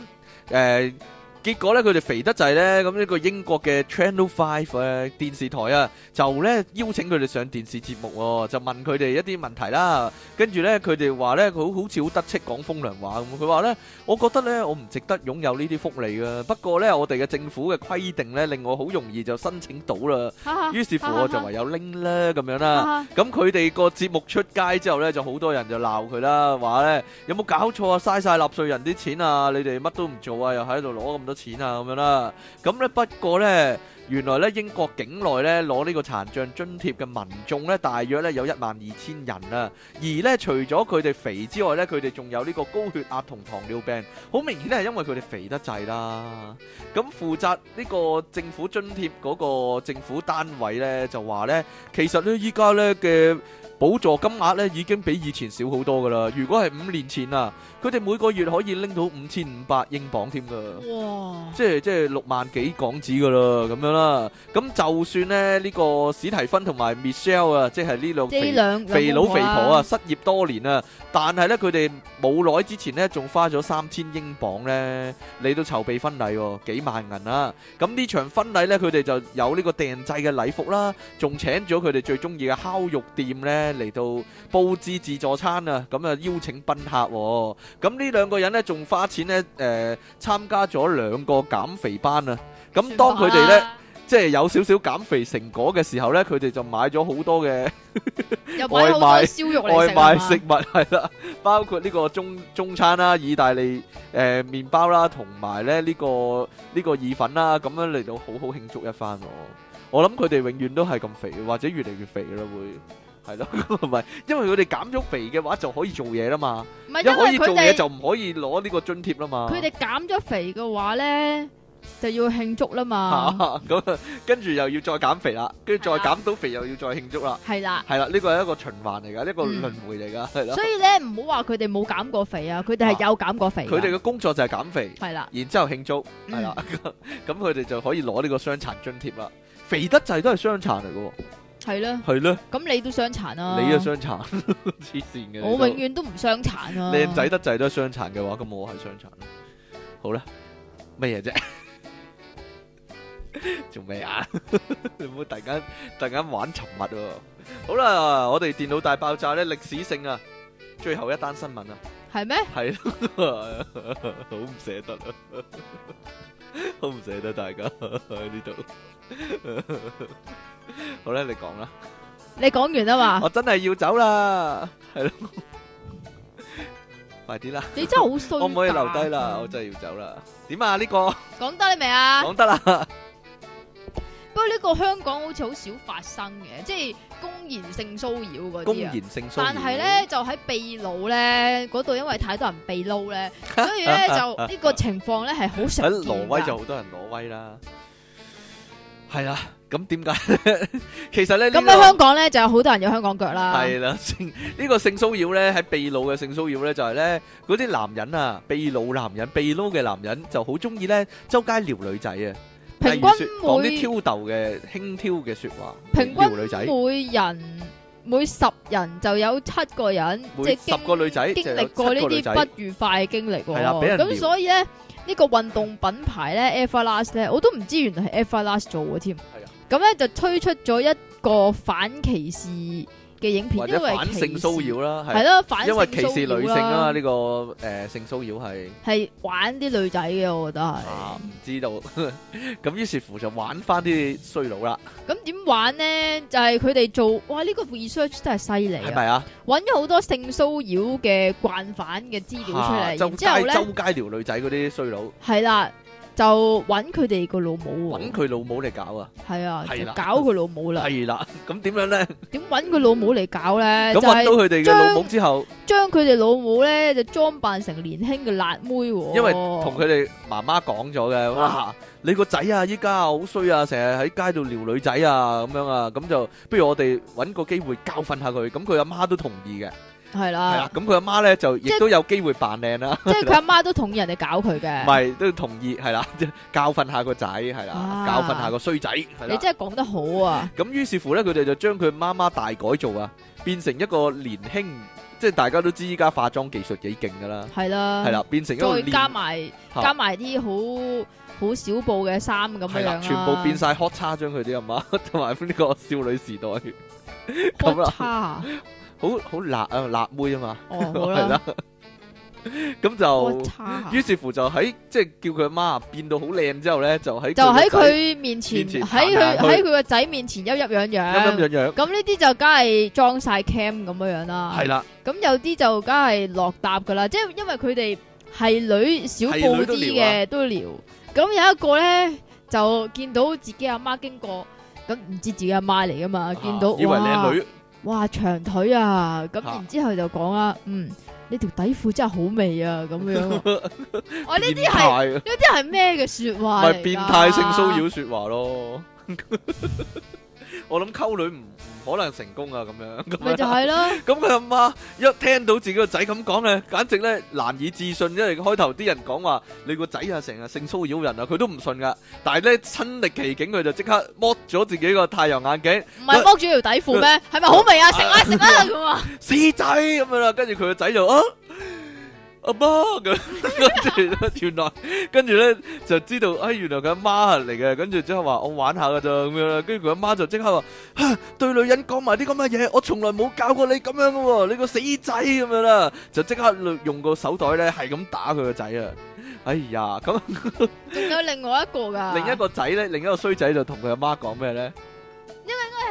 誒、結果咧佢哋肥得滯咧，咁呢個英國嘅 Channel Five 誒電視台啊，就咧邀請佢哋上電視節目喎、就問佢哋一啲問題啦，跟住咧佢哋話咧，佢好好似好得戚講風涼話咁，佢話咧，我覺得咧我唔值得擁有呢啲福利噶，不過咧我哋嘅政府嘅規定咧，令我好容易就申請到啦。哈哈於是乎我就唯啊有拎啦咁樣啦。哈哈咁佢哋個節目出街之後呢，就好多人就鬧佢啦，話呢：「有冇搞錯啊？嘥晒納税人啲錢啊！你哋乜都唔做啊，又喺度攞咁多錢啊咁樣啦。咁呢，不過呢，原來呢英國境內呢攞呢個殘障津貼嘅民眾呢，大約呢有一萬二千人啊。而呢，除咗佢哋肥之外呢，佢哋仲有呢個高血壓同糖尿病，好明顯係因為佢哋肥得滯啦。咁負責呢個政府津貼嗰個政府單位呢，就話呢，其實呢，依家呢嘅補助金額呢已經比以前少好多噶啦。如果係五年前啊，佢哋每個月可以拎到五千五百英鎊添噶。哇，即係即係六萬幾港紙噶啦，咁樣啦。咁就算呢，呢、個史提芬同埋 Michelle 啊，即係呢兩即係呢肥兩肥佬肥婆啊，兩失業多年啊，但係呢，佢哋冇耐之前呢，仲花咗三千英鎊呢嚟到籌備婚禮喎、幾萬銀啦、咁呢場婚禮呢，佢哋就有呢個訂製嘅禮服啦，仲請咗佢哋最中意嘅烤肉店呢嚟到佈置自助餐啊，咁啊邀請賓客喎、咁呢兩個人呢，仲花錢呢，誒、參加咗兩個減肥班啊。咁算當佢哋吧呢，啦，即係有少少減肥成果嘅時候呢，佢哋就買咗好多嘅。又買好外多賣燒肉嚟外食賣啊係嘛食物係啦，包括呢個中中餐啦、意大利誒麵、包啦，同埋咧呢個呢、個意粉啦，咁樣嚟到好好慶祝一番喎。我諗佢哋永遠都係咁肥，或者越嚟越肥啦，會係咯，唔係因為佢哋減咗肥嘅話就可以做嘢啦嘛，唔一係因可以為做佢嘢哋就啊唔可以攞呢個津貼啦嘛。佢哋減咗肥嘅話咧，就要慶祝啦嘛， 嚇咁啊跟住又要再減肥啦，跟住再係啦減到肥又要再慶祝啦，係啦。係啦，呢個係一個循環嚟㗎，一個嗯輪迴嚟㗎，係啦所。以咧，唔好話佢哋冇減過肥啊，佢哋係有減過肥㗎。佢哋嘅工作就係減肥。係啦，然之後慶祝，嗯係啦，咁佢哋就可以攞呢個傷殘津貼啦。肥得滯都係傷殘嚟嘅喎，係啦，係咧，咁你都傷殘啊，你啊傷 殘，黐線嘅。我永遠遠都唔傷殘啊。靚仔得滯都係傷殘嘅話，咁我係傷殘啦。好啦，乜嘢啫？ 做咩啊？ 你唔好突然間突然間玩沉默喎。好啦，我哋電腦大爆炸咧，歷史性啊，最後一單新聞啊，系咩？係 咯，好唔捨 得啊，好唔捨得大 家喺呢度。好啦，你講啦，你讲完啊嘛？我真係要走啦，係咯，快啲啦，你真系好衰。我唔可以留低啦，我真係要走啦。點啊？呢個讲得你未啊？講得啦。不過呢個香港好似好少發生嘅，即係公然性騷擾嗰公啲啊然。性騷擾但係咧，就喺秘魯咧嗰度，因為太多人秘 撈咧，所以咧就呢個情況咧係好常喺見㗎挪威就好多人挪威啦，係啦，咁點 解咧？其實咧咁呢個喺香港咧就有好多人有香港腳啦。係啦， 性呢個性騷擾咧喺秘魯嘅性騷擾咧就係咧嗰啲男人啊，秘魯男人、秘撈嘅男人就好中意咧周街撩女仔啊，平例均如說講每啲挑逗嘅輕佻嘅説話，平撩女仔均。每人每十人就有七個人，每即係經十個女仔經就有歷過呢七個女仔啲不愉快嘅經歷喎。係啦俾人撩咁所以咧，呢個運動品牌咧，Everlast 咧，我都唔知原來係 Everlast 做嘅添。啊咁咧就推出咗一個反歧視嘅影或者片，因為反性騷擾啦，係係咯，反因為為歧視女性啦，呢個誒性騷擾係。係玩啲女仔嘅，我覺得係。啊，唔知道。 咁於是乎就玩翻啲衰佬啦，咁點玩咧？就係佢哋做，哇！呢個 research 真係犀利係啊！咪啊？揾咗好多性騷擾嘅慣犯嘅資料出啊嚟，周然之後哦街咧周街撩女仔嗰啲衰佬，係啦，就揾佢哋個老母揾喎，佢老母嚟搞啊！係啊，係就啦搞佢老母啦。係啦，咁點樣咧？點揾佢老母嚟搞咧？咁就揾到係佢哋嘅將老母之後，將佢哋老母咧就裝扮成年輕嘅辣妹喎。因為同佢哋媽媽講咗嘅，哇！你個仔啊，依家好衰啊，成日喺街度撩女仔啊，咁樣啊，咁就不如我哋揾個機會教訓下佢。咁佢阿媽都同意嘅，係係啦啦。，咁佢阿媽咧就亦啊即係都有機會扮靚啦，即係佢阿媽都同意人哋搞佢嘅。唔係都同意係啦， 即係教訓下個仔係啦，啊教訓下個衰仔係你啦。真係講得好啊！咁於是乎咧，佢哋就將佢媽媽大改造啊，變成一個年輕，即係大家都知依家化妝技術幾勁噶啦，係啦，係啦，變成一個啊再年加埋嚇加埋啲好好少布嘅衫咁係樣啊啦，啦，全部變晒 hot 叉，將佢啲阿媽 同埋呢個少女時代，咁啦好差啊。好好辣啊辣妹啊嘛，哦，好 係啦啊啦，，咁我就差。於是乎就喺即係叫佢阿媽變到好靚之後咧，就喺就喺個仔佢面前，面前喺彈佢下去喺佢個仔面前悠悠樣陰陰樣。樣樣，咁呢啲就梗係裝晒 cam 咁樣樣啦。係啦，咁有啲就梗係落搭噶啦，即係因為佢哋係女小係報女都啲撩啊嘅都撩。咁有一個咧就見到自己阿媽經過，咁唔知自己阿媽嚟噶嘛，見到啊以為哇靚女，哇長腿啊，咁啊然之後就講啦，嗯，你條底褲真係好味啊，咁 樣喎。我呢啲變係態啊呢啲係咩嘅説話嚟咪㗎變態性騷擾説話 咯。我諗溝女唔唔可能成功啊，咁樣咁咪就樣。係啦，咁佢阿媽一聽到自己個仔咁講咧，簡直咧難以置信，因為開頭啲人講話你個仔啊成日性騷擾人啊，佢都唔信噶。但係咧親歷其境，佢就即刻剝咗自己個太陽眼鏡，唔係剝咗條底褲 咩？係咪好味啊？食啊食啊咁啊！屎仔咁樣啦，跟住佢個仔就啊。阿媽咁，跟住咧，原來跟住咧就知道，哎，原來佢阿媽嚟嘅，跟住之後話我玩下噶咋咁樣啦，跟住佢阿媽就即刻話，哼對女人講埋啲咁嘅嘢，我從來冇教過你咁樣噶喎，你個死仔咁樣啦，就即刻用個手袋咧係咁打佢個仔啊，哎呀，咁仲有另外一個㗎，另一個仔咧，另一個衰仔就同佢阿媽講咩咧？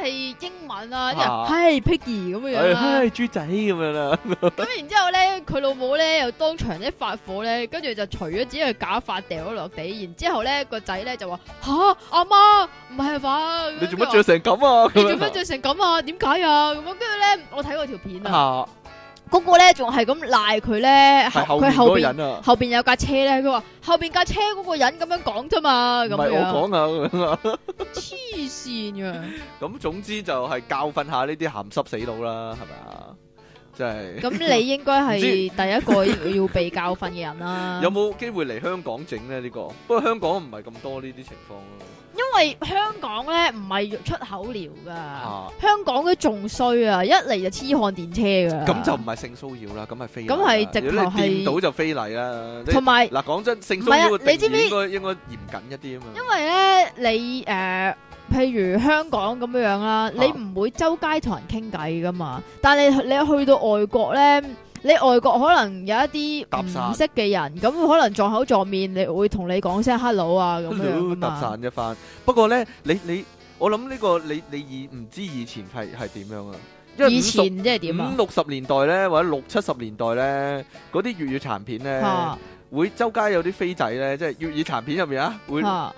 係英文啊，即啊係唉 Piggy 咁樣樣哎 啦嗨，。豬仔咁樣啦，咁然之後咧，佢老母咧又當場一發火咧，跟住就除咗自己嘅假髮掉咗落地，然之後咧個仔咧就話：吓，阿媽唔係啊吧？你做乜着？成咁啊？你咁做樣乜啊着成咁啊？點解啊？咁樣跟住咧，我睇過條片啊，啊，嗰個咧仲係咁賴佢咧，係後佢面嗰後個邊人啊。後邊有架車咧，佢話後邊架車嗰個人咁樣講啫嘛，咁唔係樣我講啊，咁樣啊黐線嘅。 咁總之就係教訓下呢啲鹹濕死佬啦，係咪啊？真係咁你應該 係唔第知。一個要被教訓嘅人啦有冇機會嚟香港整呢？呢個不過香港唔係咁多呢啲情況咯。因為香港咧唔係出口聊噶，啊，香港都仲衰啊！一嚟就痴漢電車噶，咁就唔係性騷擾啦，咁係非禮啦。咁係直頭如果你係掂到就非禮啦。你同埋嗱講真，性唔係啊騷擾嘅你知定唔知義應該應該嚴謹一啲啊嘛。因為咧你誒、呃譬如香港咁樣樣啊啦，你唔會周街同人傾偈噶嘛，但係你去到外國咧。你外國可能有一啲搭唔訕識嘅人，咁可能撞口撞面，你會同你講聲 hello 啊咁樣㗎搭嘛。散一番。不過咧，你你我諗呢個你你以唔知以前係係點樣啊？因為以五前十即係點啊五？六十年代咧，或者六七十年代咧，嗰啲粵語殘片咧嚇，會周街有啲飛仔咧，即係粵語殘片入面啊，會嚇哦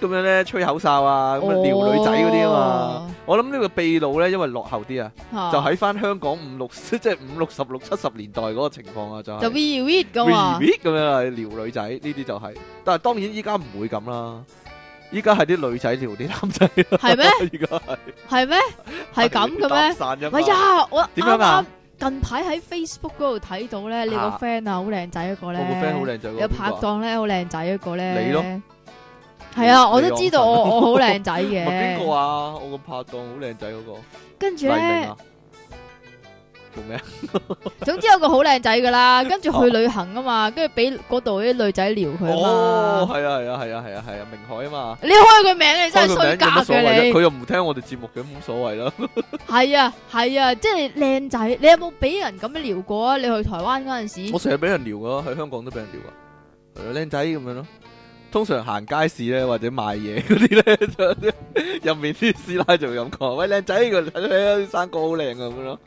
咁樣咧吹口哨啊，咁啊撩女仔嗰啲啊嘛。我諗呢個秘魯咧，因為落後啲啊，嘛就喺翻香港五六 即係五六十六七十年代嗰個情況啊，就係就 we read 噶嘛 Wee wee 咁樣啊，撩女仔呢啲就係、但係當然依家唔會咁啦，依家係啲女仔撩啲男仔啦，係咩？依家係係咩？係咁嘅 咩？咩喂呀，我啊點樣啊啱啱近排喺 Facebook 嗰度睇到咧，你個啊 friend 啊，好靚仔一個我咧，個 friend 好靚仔喎，有拍邊個啊，檔咧，好靚仔一個咧，你咯，係啊，我都你知道我我我好靚仔 咪邊個嘅，啊？我個拍檔好靚仔嗰個跟住黎明咧啊，，做咩啊？總之有個好靚仔 噶啦，跟住去旅行啊嘛，跟住俾嗰度啲女仔撩佢啊哦，嘛，係啊係啊係啊係啊係啊，明海啊嘛，你開佢名你開真佢名有係衰格乜所謂嘅啫？你，佢又唔聽我哋節目嘅，冇所謂啦。係啊係啊，即係靚仔，你有冇俾人咁樣撩過啊？你去台灣嗰陣時我。成日俾人撩噶，喺香港都俾人撩啊，係咯靚仔咁樣咯。通常行街市咧，或者賣 嘢嗰啲咧，就入面啲師奶就會咁講：喂，靚仔個睇睇生果好靚啊咁樣咯。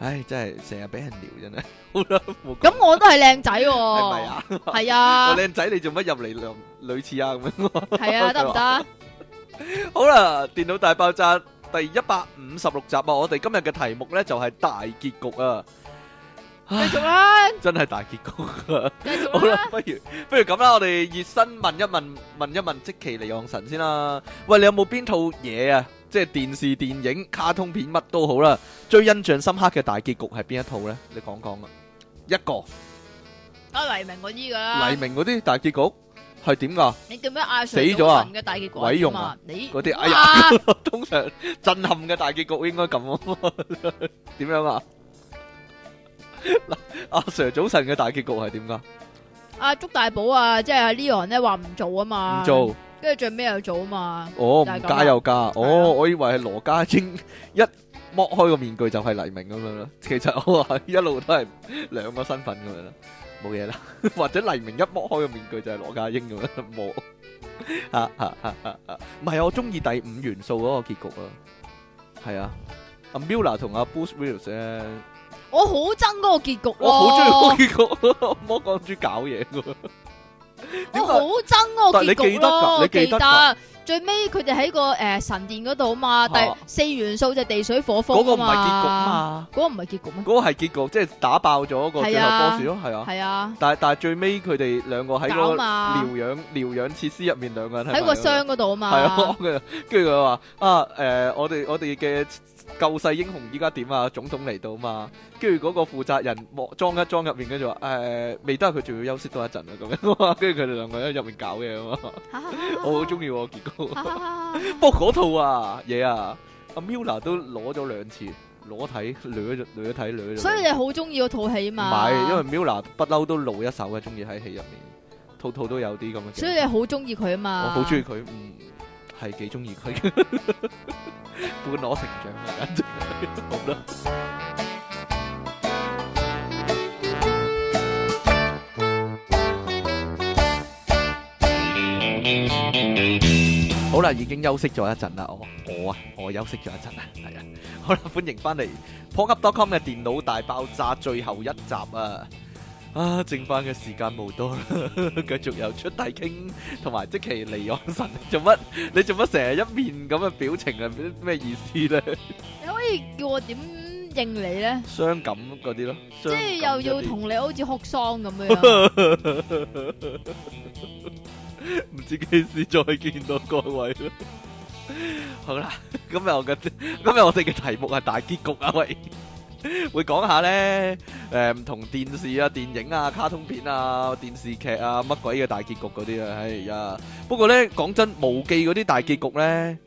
唉，真係成日俾人撩真係，好啦，冇講咁我都係靚仔喎，係咪啊？係 我啊，靚仔，你做乜入嚟類似啊咁樣？係啊，得唔得？好啦，電腦大爆炸第一百五十六集啊！我哋今日嘅題目咧就係大結局啊，繼續啦，真係大結局啊！繼續好啦啦，，不如不如咁啦，我哋熱身問一問，問一問即其尼昂神先啦。喂，你有冇邊套嘢啊？即係電視、電影、卡通片乜都好啦，最印象深刻嘅大結局係邊一套呢？你講講啊，一個阿黎明嗰啲噶啦黎，明嗰啲大結局係點噶？你叫咩嗌死咗啊？嘅大結果毀容嘛啊，你嗰啲哎呀呀，通常震撼嘅大結局應該咁啊嘛， 點樣啊？嗱阿 Sir 早晨嘅大結局係點噶？阿祝大寶啊，即係阿 Leon 咧話唔做啊嘛，唔，做。跟住最尾又做啊嘛，哦，唔就係咁啦加又加，係啊哦，我以為係羅家英一剝開個面具就係黎明咁樣啦，其實我係一路都係兩個身份咁樣啦，冇嘢啦， 或者黎明一剝開個面具就係羅家英咁樣，冇， 啊啊啊啊啊，唔係啊我中意第五元素嗰個結局啊，係啊，阿 Mila 同阿 Bruce Willis 咧，我好憎嗰個結局咯，我好中意嗰個結 局，魔港豬搞嘢 噶，點我解好憎嗰個但你結局記得咯，㗎我你記記得㗎得。最尾佢哋喺個誒神殿嗰度啊嘛，第嚇四元素就係地水火風嗰個唔啊係結局啊嘛，嘛，嗰個唔係結局咩？嗰個係結局，即係打爆咗個最係後啊 boss 咯，係啊。係啊，但但最尾佢哋兩個喺嗰搞個嘛療養療養設施入面，兩個人喺個箱嗰度啊係嘛啊，。 跟住跟住佢話啊誒、我哋我哋嘅救世英雄依家點啊？總統嚟到嘛，跟住嗰個負責人莫裝一裝入面，跟住話誒未得，佢仲要休息多一陣啊咁樣， 跟住佢哋兩個喺入面搞嘢啊嘛，我好中意喎結果。不過嗰套啊嘢啊，阿 Mila 都攞咗兩次裸體攞咗攞體攞咗。所以你好中意嗰套戲啊唔嘛？係，因為 Mila 不嬲都露一手嘅，中意喺戲入面，套套都有啲咁嘅鏡頭。所以你好中意佢啊我嘛？好中意佢，嗯，係幾中意佢嘅， 伴我成長啊，簡直係好啦。 好啦，已經休息咗一陣啦，我我啊，我休息咗一陣啦，係啊，好啦，歡迎翻嚟 p o c u p c o m 嘅電腦大爆炸最後一集啊！啊，剩翻嘅時間冇多啦， 繼續由出題傾。同埋即其離岸神，做乜？ 你做乜成日一面咁嘅表情啊？咩咩意思咧？你可以叫我點應你咧？傷感嗰啲咯，即即係又要同你好似哭喪咁 樣，唔知幾時再見到各位啦。 好啦，今日我嘅今日我哋嘅題目係大結局啊，喂！會講下咧誒唔同電視啊、電影啊、卡通片啊、電視劇啊乜鬼嘅大結局嗰啲啊，哎呀！不過咧講真，無記嗰啲大結局咧，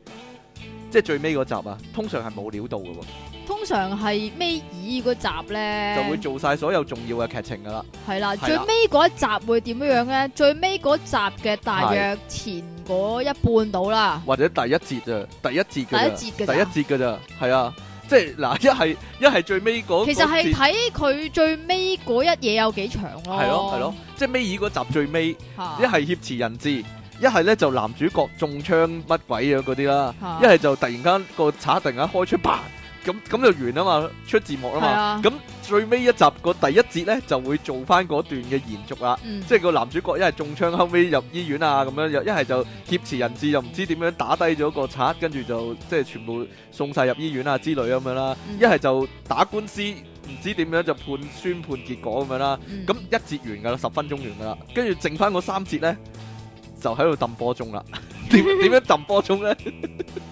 即係最尾嗰集啊，通常係冇料到嘅喎。通常係尾二嗰集咧，就會做晒所有重要嘅劇情噶啦。係啦，係啦最尾嗰一集會點樣樣咧？最尾嗰集嘅大約前嗰一半到啦，或者第一節啊咋，第一節㗎咋，第一節㗎咋第一節㗎咋，係啊，即係嗱， 一係一係最尾嗰其實係嗰節睇佢最尾嗰一嘢有幾長咯。係咯係咯，，即係尾二嗰集最尾，一嚇係挾持人質，一係咧就男主角中槍乜鬼樣嗰啲啦，嚇一係就突然間個賊突然間開槍，嘭咁咁就完啦嘛，出字幕啦係嘛啊，咁最尾一集個第一節咧就會做翻嗰段嘅延續啦。嗯，即係個男主角一係中槍，後尾入醫院啊咁樣，又一係就挟持人質，又唔知點樣打低咗個賊，跟住就即係全部送晒入醫院啊之類咁樣啦。嗯一係就打官司，唔知點樣就判宣判結果咁樣啦。嗯咁一節完噶啦，十分鐘完噶啦，跟住剩翻嗰三節咧就喺度揼波鐘啦。 點點樣揼波鐘咧？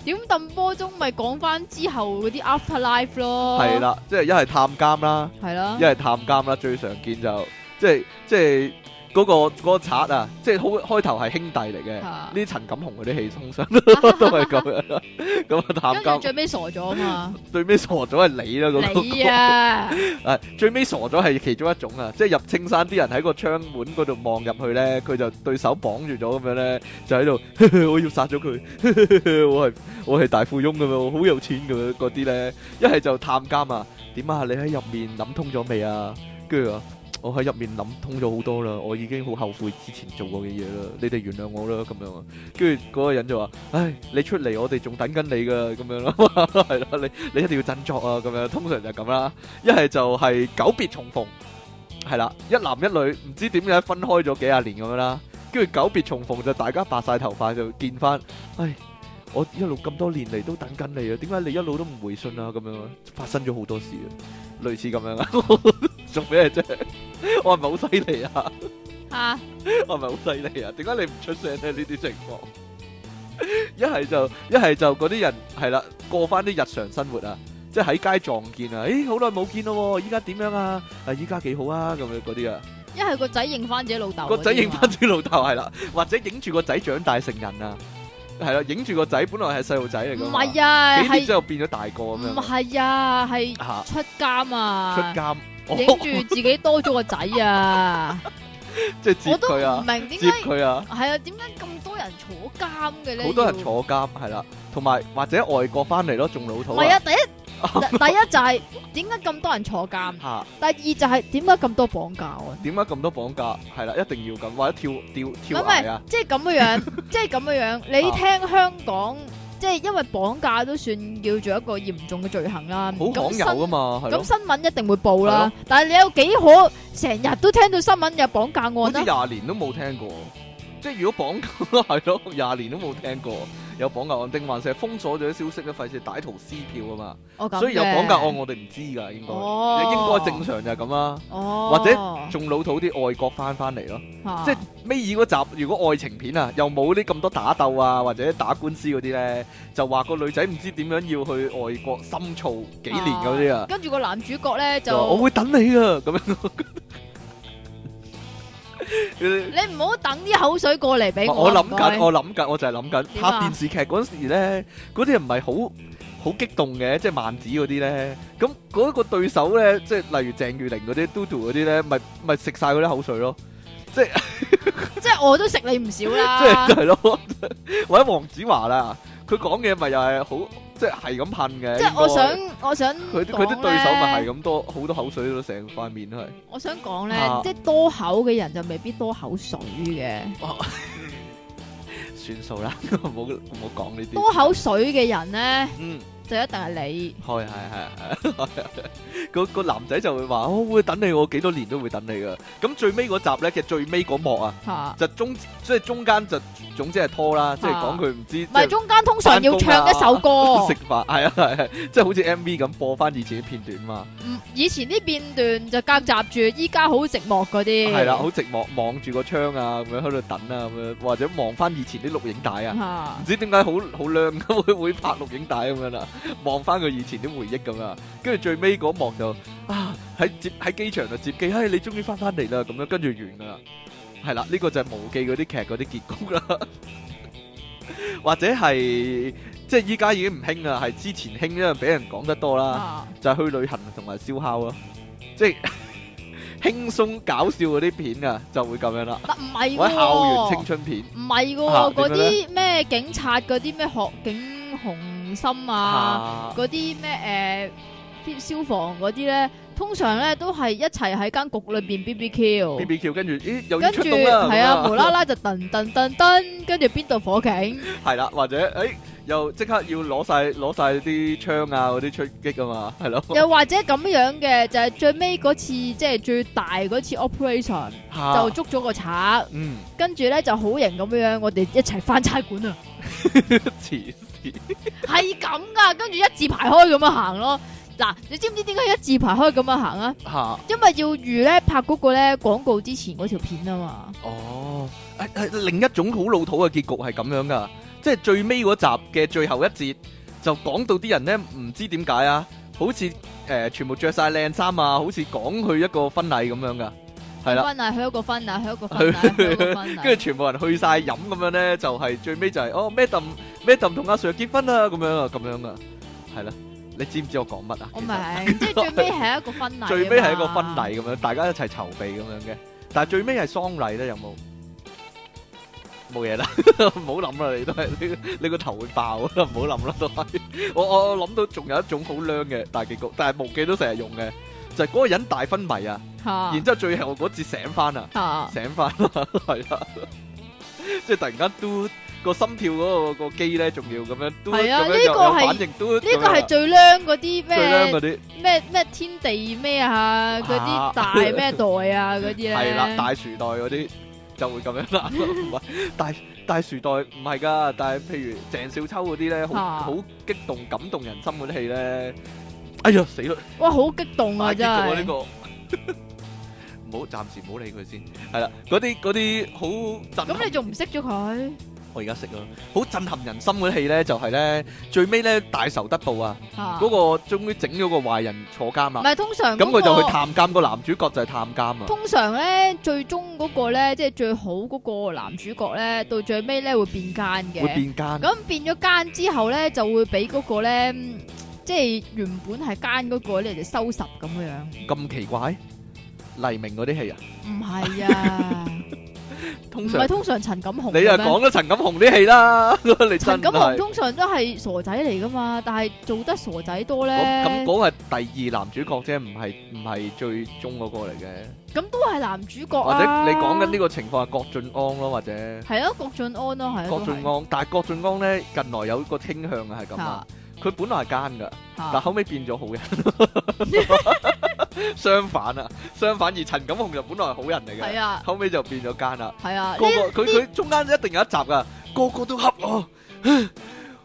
點揼波鐘咪講翻之後嗰啲 after life 咯，係，啦，即係一係探監啦。係啦一，係探監啦，最常見就即係即係嗰、個嗰、個賊啊，即係開開頭係兄弟嚟嘅，啊呢陳錦鴻嗰啲戲通 常都係咁樣啦。咁啊跟探住監最尾傻咗啊 嘛，最尾傻咗係你啦，嗰、個你啊，啊最尾傻咗係其中一種啊，即係入青山啲人喺個窗門嗰度望入去咧，佢就對手綁住咗咁樣咧，就喺度 我要殺咗佢， 我係我係大富翁咁樣，我好有錢咁樣嗰啲咧，一係就探監啊，點啊？你喺入面諗通咗未啊？跟住啊，我喺入面諗通咗好多啦，我已經好後悔之前做過嘅嘢啦，你哋原諒我啦咁樣啊。跟住嗰個人就話：，唉，你出嚟，我哋仲等緊你噶咁樣咯， 係啦，你你一定要振作啊咁樣，通常就係咁啦。一係就係久別重逢，係啦，一男一女唔知點解分開咗幾廿年咁樣啦，跟住久別重逢就大家白晒頭髮就見翻，唉，我一路咁多年嚟都等緊你啊，點解你一路都唔回信啊？咁樣啊發生咗好多事啊，類似咁樣啊， 做咩啫？我係咪好犀利啊？嚇 我係咪好犀利啊？點解你唔出聲咧？呢啲情況，一係就一係就嗰啲人係啦，過翻啲日常生活啊，即係喺街撞見啊，咦，好耐冇見咯喎，依家點樣啊？啊，依家幾好啊，咁樣嗰啲啊，一係個仔認翻自己老豆，啊個仔影翻自己老豆係啦，或者影住個仔長大成人啊，係啦，影住個仔本來係細路仔嚟唔㗎嘛，係啊，幾年之係後變咗大個咁唔樣係啊，係啊，出監嚇啊，出監， 影哦，住自己多咗個仔啊， 即係接我都佢唔啊，明點接解佢啊。係啊？點解咁多人坐監嘅咧？好多人要。坐監係啦，同埋或者外國翻嚟咯，仲老唔土係啊啊，第一第第一就係點解咁多人坐監，嚇。第二就係點解咁多綁架啊？點解咁多綁架？係啦，一定要咁，或者跳跳跳唔係崖啊！即係咁嘅樣，即係咁嘅樣。你聽香港，即係因為綁架都算叫做一個嚴重嘅罪行啦。好咁罕新有噶啊嘛，係咁咯，新聞一定會報係啦咯，但係你有幾可成日都聽到新聞有綁架好似案啦？廿年都冇聽過。即係如果綁架 係咯，廿年都冇聽過有綁架案，定還是係封鎖咗啲消息咧？費事歹徒撕票啊嘛，我咁所以有嘅綁架案我哋唔知㗎，應該哦應該正常就係咁啦。哦，或者仲老土啲，外國翻翻嚟咯。啊即係尾二嗰集，如果愛情片啊，又冇啲咁多打鬥啊，或者打官司嗰啲咧，就話個女仔唔知點樣要去外國深造幾年嗰啲啊。跟住個男主角咧就就話我會等你啊，咁樣。你你唔好等啲口水過嚟俾我諗諗緊，我諗緊，我就係諗緊點拍啊電視劇嗰陣時咧，嗰啲人唔係好好激動嘅，即係萬子嗰啲咧。咁嗰個對手咧，即係例如鄭裕玲嗰啲、Dodo 嗰啲咧，咪咪食晒嗰啲口水咯，即係我都食你唔少即係 啦就。係咯。或者黃子華啦，佢講嘢咪又係好，即係係咁噴嘅。即係我應該想，我想佢啲佢啲對手咪係咁。咁多好多口水到成塊面都係。我想講咧啊，嗯即係多口嘅人就未必多口水嘅，算數 啦，唔好唔好講呢啲。多口水嘅人咧嗯。就一定係你。係係係係 係，個個男仔就會話：我會等你，我幾多年都會等你噶。咁最尾嗰集咧，其實最尾嗰幕啊，吓，就中即係中間就總之係拖啦，即係講佢唔知即啊唔係係啊中間通常要唱一首歌食，飯，係啊係係，即係好似 M V 咁播翻以前啲片段嘛，唔嗯以前啲片段就夾雜住，依家好寂寞嗰啲。係啦，好寂寞，望住個窗啊，咁樣喺度等啊，咁樣或者望翻以前啲錄影帶啊。唔嚇知點解好好靚咁會會拍錄影帶咁樣啦， 望翻佢以前啲回憶咁啊，跟住最尾嗰幕就啊喺接喺機場度接機，唉、你終於翻翻嚟啦，咁樣跟住完噶啦，係啦，呢、個就係無記嗰啲劇嗰啲結局啦， 或者係即係依家已經唔興啦，係之前興，因為俾人講得多啦。啊，就係去旅行同埋燒烤咯，即係 輕鬆搞笑嗰啲片啊，就會咁樣啦，嗱唔係或者校園喎青，春片唔係啊喎，點嗰樣呢啲咩警察嗰啲咩學警紅心啊，啊，嗰啲咩诶消防嗰啲咧，通常咧都係一齊喺間局裏边 B B Q。 BBQ，跟住咦又要哦跟出住動啦，係啊，咁樣無啦啦就噔噔噔噔，跟住邊度火警？ 係啦，或者誒又即刻要攞晒攞晒啲槍啊嗰啲出擊啊嘛，係咯，又或者咁樣嘅，就係最尾嗰次，即係最大嗰次 operation 就嚇捉咗個賊，嗯跟住咧就好型咁樣，我哋一齊翻差館啊， 黐係咁噶，跟住一字排開咁樣啊行咯。嗱，你知唔知點解一字排開咁樣行啊？嚇因為要預咧拍嗰個咧廣告之前嗰條片啊嘛。哦，誒誒另一種好老土嘅結局係咁樣噶，即係最尾嗰集嘅最後一節就講到啲人咧唔知點解啊，好似誒、呃全部着晒靚衫啊，好似講去一個婚禮咁樣噶，係啦，婚禮啊去一個婚禮，去一個婚禮，去一個 婚禮。跟住全部人去晒飲咁樣咧，就係、最尾就係、哦 madam madam 同阿 Sir 結婚啦咁樣啊，咁樣啊，係啦，你知唔知我講乜啊？我其實明，即係最尾係一個婚禮。啊最尾係一個婚。禮咁樣，大家一齊籌備咁樣嘅。但係最尾係喪禮咧，有冇？冇嘢啦， 唔好諗啦，你都係你你個頭會爆啦，唔好諗啦都係。我我我諗到仲有一種好靚嘅大結局，但係無記都成日用嘅，就係、嗰個人大昏迷啊，嚇然之後最後嗰節醒翻啊，嚇醒翻啦，係啦，即係突然間嘟個心跳嗰、個、個機咧，仲要咁樣嘟係啊咁樣呢有個有係反應嘟呢咁樣個啊係最靚嗰啲最靚咩嗰啲。咩咩天地咩啊，嗰啊啲大咩 代啊嗰啲咧，係啦，大樹袋嗰啲就會咁樣啦。唔 係大大樹袋唔係㗎，但係譬如鄭少秋嗰啲咧，好啊好激動、感動人心嗰啲戲咧，哎呀死啦！哇好激動大啊結局真啊呢係，個， 唔好暫時唔好理佢先。係啦，嗰啲嗰啲好震撼咁你仲唔識咗佢？我而家識啦，好震撼人心嗰啲戲咧，就係咧最尾咧大仇得報啊！嚇嗰個終於整咗個壞人坐監唔啦，係通常咁佢就去嗰個。探監，個男主角就係探監啊！通常咧，最終嗰個咧，即係最好嗰個男主角咧，到最尾咧會變奸會嘅。變奸。咁變咗奸之後咧，就會俾嗰個咧，嗯即係原本係奸嗰個咧就收拾咁樣。咁奇怪？黎明嗰啲戲啊，唔係啊，唔 通常係通常陳錦鴻你啊嘅咩講咗陳錦鴻啲戲啦， 你真陳錦鴻係通常都係傻仔嚟噶嘛，但係做得傻仔多咧，咁咁咁嗰個係第二男主角啫，唔係唔係最終嗰個嚟嘅，都係男主角或者啊。你講緊呢個情況係郭晉安咯，或者係啊，郭晉安咯，係啊，郭晉安，但係郭晉安咧近來有個傾向啊係咁啊，佢本來係奸噶，但安後尾變咗好人， 相反啊，相反而陳錦鴻就本來係好人嚟係嘅，啊後尾就變咗奸啦。係啊，呢個個佢佢中間一定有一集噶，個個都恰我，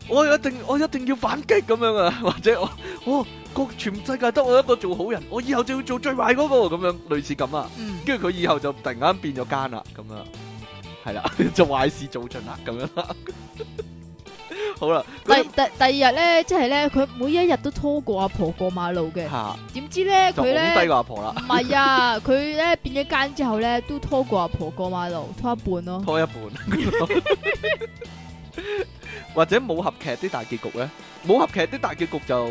我一定我一定要反擊咁樣啊， 或者我我個全世界得我一個做好人，我以後就要做最壞嗰、個咁樣，類似咁啊。 嗯跟住佢以後就突然間變咗奸啦，咁樣係啦，做壞事做盡啦， 咁樣啦。好啦，第第第二日咧，即係咧，佢每一日都拖過阿婆過馬路嘅，嚇點知咧就佢好低咧個阿婆啦，唔係 啊，佢咧變咗奸之後咧，都拖過阿婆過馬路，拖一半咯。拖一半。或者武俠劇啲大結局咧，武俠劇啲大結局就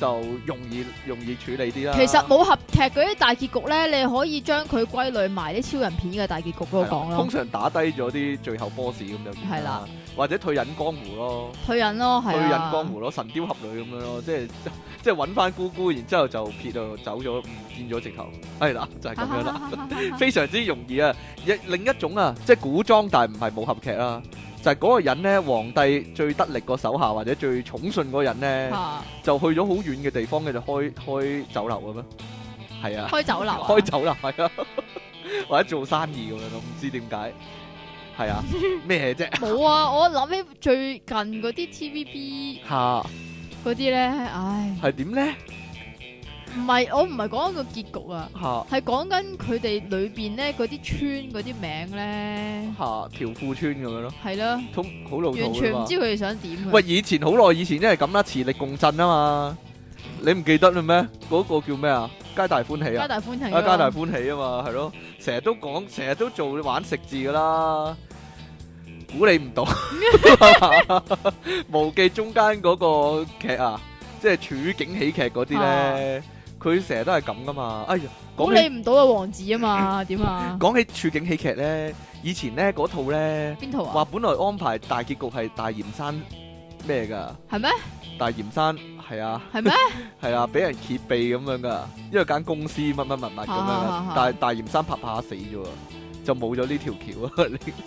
就容易容易處理啲啦。其實武俠劇嗰啲大結局咧，你可以將佢歸類埋啲超人片嘅大結局嗰度講係啦啊咯通，常打低咗啲最後 boss 咁就完係啦，或者退隱江湖咯，退隱咯，係退啊，隱江湖咯，神雕俠侶咁樣咯，即係即係揾翻姑姑，然之後就撇就走咗，唔見咗直頭，係啦，啊就係咁樣啦，非常之容易啊！一另一種啊，即係古裝但係唔係武俠劇啦，就係嗰個人咧，皇帝最得力個手下或者最寵信嗰個人咧，啊就去咗好遠嘅地方嘅就開開酒樓咁樣，係啊。 開酒樓啊，開酒樓係啊， 或者做生意咁樣咯，唔知點解係啊咩啫冇啊！我諗起最近嗰啲 TVB 嚇嗰啲咧，唉，係點咧？唔係我唔係講個結局啊，吓係講緊佢哋裏邊咧嗰啲村嗰啲名咧，吓條褲穿咁樣咯，係啦，通好老土完㗎全唔嘛知。佢哋想點啊嘅。 喂，以前好耐以前因為咁啦，磁力共振啊嘛，你唔記得嘞咩？嗰、個叫咩啊？皆大歡喜啊皆！大歡喜啊，啊皆大歡喜啊嘛，係咯，成日都講，成日都做玩食字噶啦，估你唔到， 無記中間嗰個劇啊，即係處境喜劇嗰啲咧，佢成日都係咁噶嘛。哎呀，估講你起唔到啊王子啊嘛，點啊？講起處境喜劇咧，以前咧嗰套咧，邊套啊話？本來安排大結局係大鹽山咩噶，係咩？大鹽山係啊。係 咩？係啊，俾人揭秘咁樣噶，因為間公司乜乜乜乜咁樣啊㗎啊，但係大鹽山拍拍下死咗啊，就冇咗呢條橋啊！你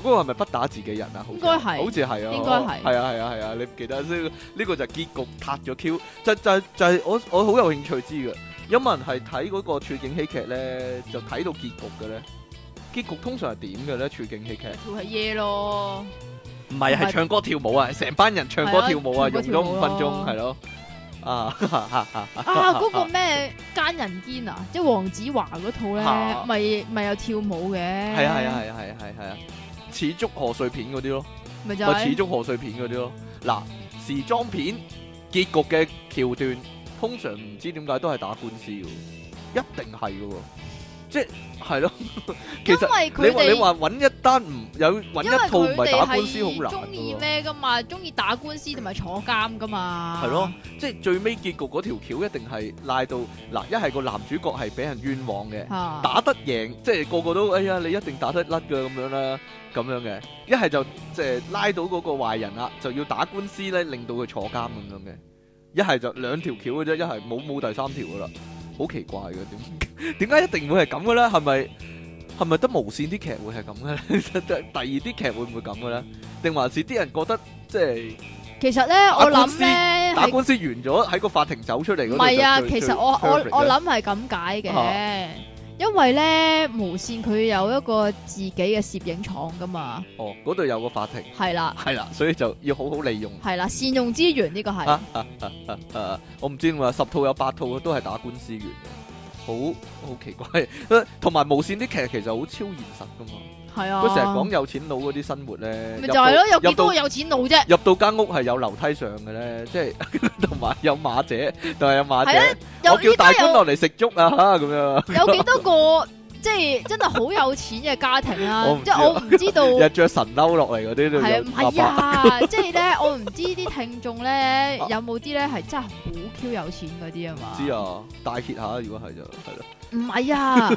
嗰個係咪不打自己人啊？好似應該係好似係啊，應該係係啊係啊係啊！你唔記得呢個呢個就係結局拍咗 Q，就就就係我我好有興趣知嘅，有冇人係睇嗰個處境喜劇咧，就睇到結局嘅咧？結局通常係點嘅咧？處境喜劇條係耶咯，唔係唔係係唱歌跳舞啊，成班人唱歌係啊跳舞啊，唱歌用跳咗舞五分鐘咯係咯 啊！啊嗰個咩奸人堅啊，即係黃子華嗰套啊咧，咪咪有跳舞嘅。系啊系啊系啊系啊系啊，似足賀歲片嗰啲咯，咪就咪似係足賀歲片嗰啲咯。嗱，時裝片結局嘅橋段，通常唔知點解都係打官司嘅，一定係嘅喎。即係 咯，其因實為佢你話你哋。話揾一單唔有揾因為一套唔佢係哋打係官司好難中意嘅喎。咩噶嘛？中意打官司同埋坐監噶嘛？係咯，即係最尾結局嗰條橋一定係拉到嗱，一係個男主角係俾人冤枉嘅。啊，打得贏，即係個個都哎呀，你一定打得甩嘅咁樣啦，咁樣嘅。一係就即係拉到嗰個壞人啦，就要打官司咧，令到佢坐監咁樣嘅。一係就兩條橋嘅啫，一係冇冇第三條噶啦，好奇怪嘅點 點解一定會係咁嘅咧？係咪係咪得無線啲劇會係咁嘅咧？ 第二啲劇會唔會咁嘅咧？定還是啲人覺得即係其實咧，打我官諗司咧打係官司完咗喺個法庭走出嚟嗰唔度係啊？就最其實我我最 perfect 我咧諗係咁解嘅啊，因為咧無線佢有一個自己嘅攝影廠噶嘛，哦嗰度有個法庭係啦係啦，所以就要好好利用。係啦，善用資源呢個係誒、我唔知點啊，十套有八套都係打官司完嘅，好好奇怪。 誒同埋無線啲劇其實好超現實噶嘛，係啊，佢成日講有錢佬嗰啲生活咧，咪就係咯，有入幾多到個有錢佬啫？入到間屋係有樓梯上嘅咧， 即係同埋有馬姐，同埋有馬係姐啊，我有叫依大家官有落嚟食粥啊 嚇咁樣，有幾多個即係真係好有錢嘅家庭啊 我唔？即知啊係我唔知道。 日着神褸落嚟嗰啲都系啊，有唔阿係伯。啊，即係 咧，我唔知啲聽眾咧啊有冇啲咧係真係好 Q 有錢嗰啲啊嘛？知啊，大揭下，如果係就係咯，唔係 啊，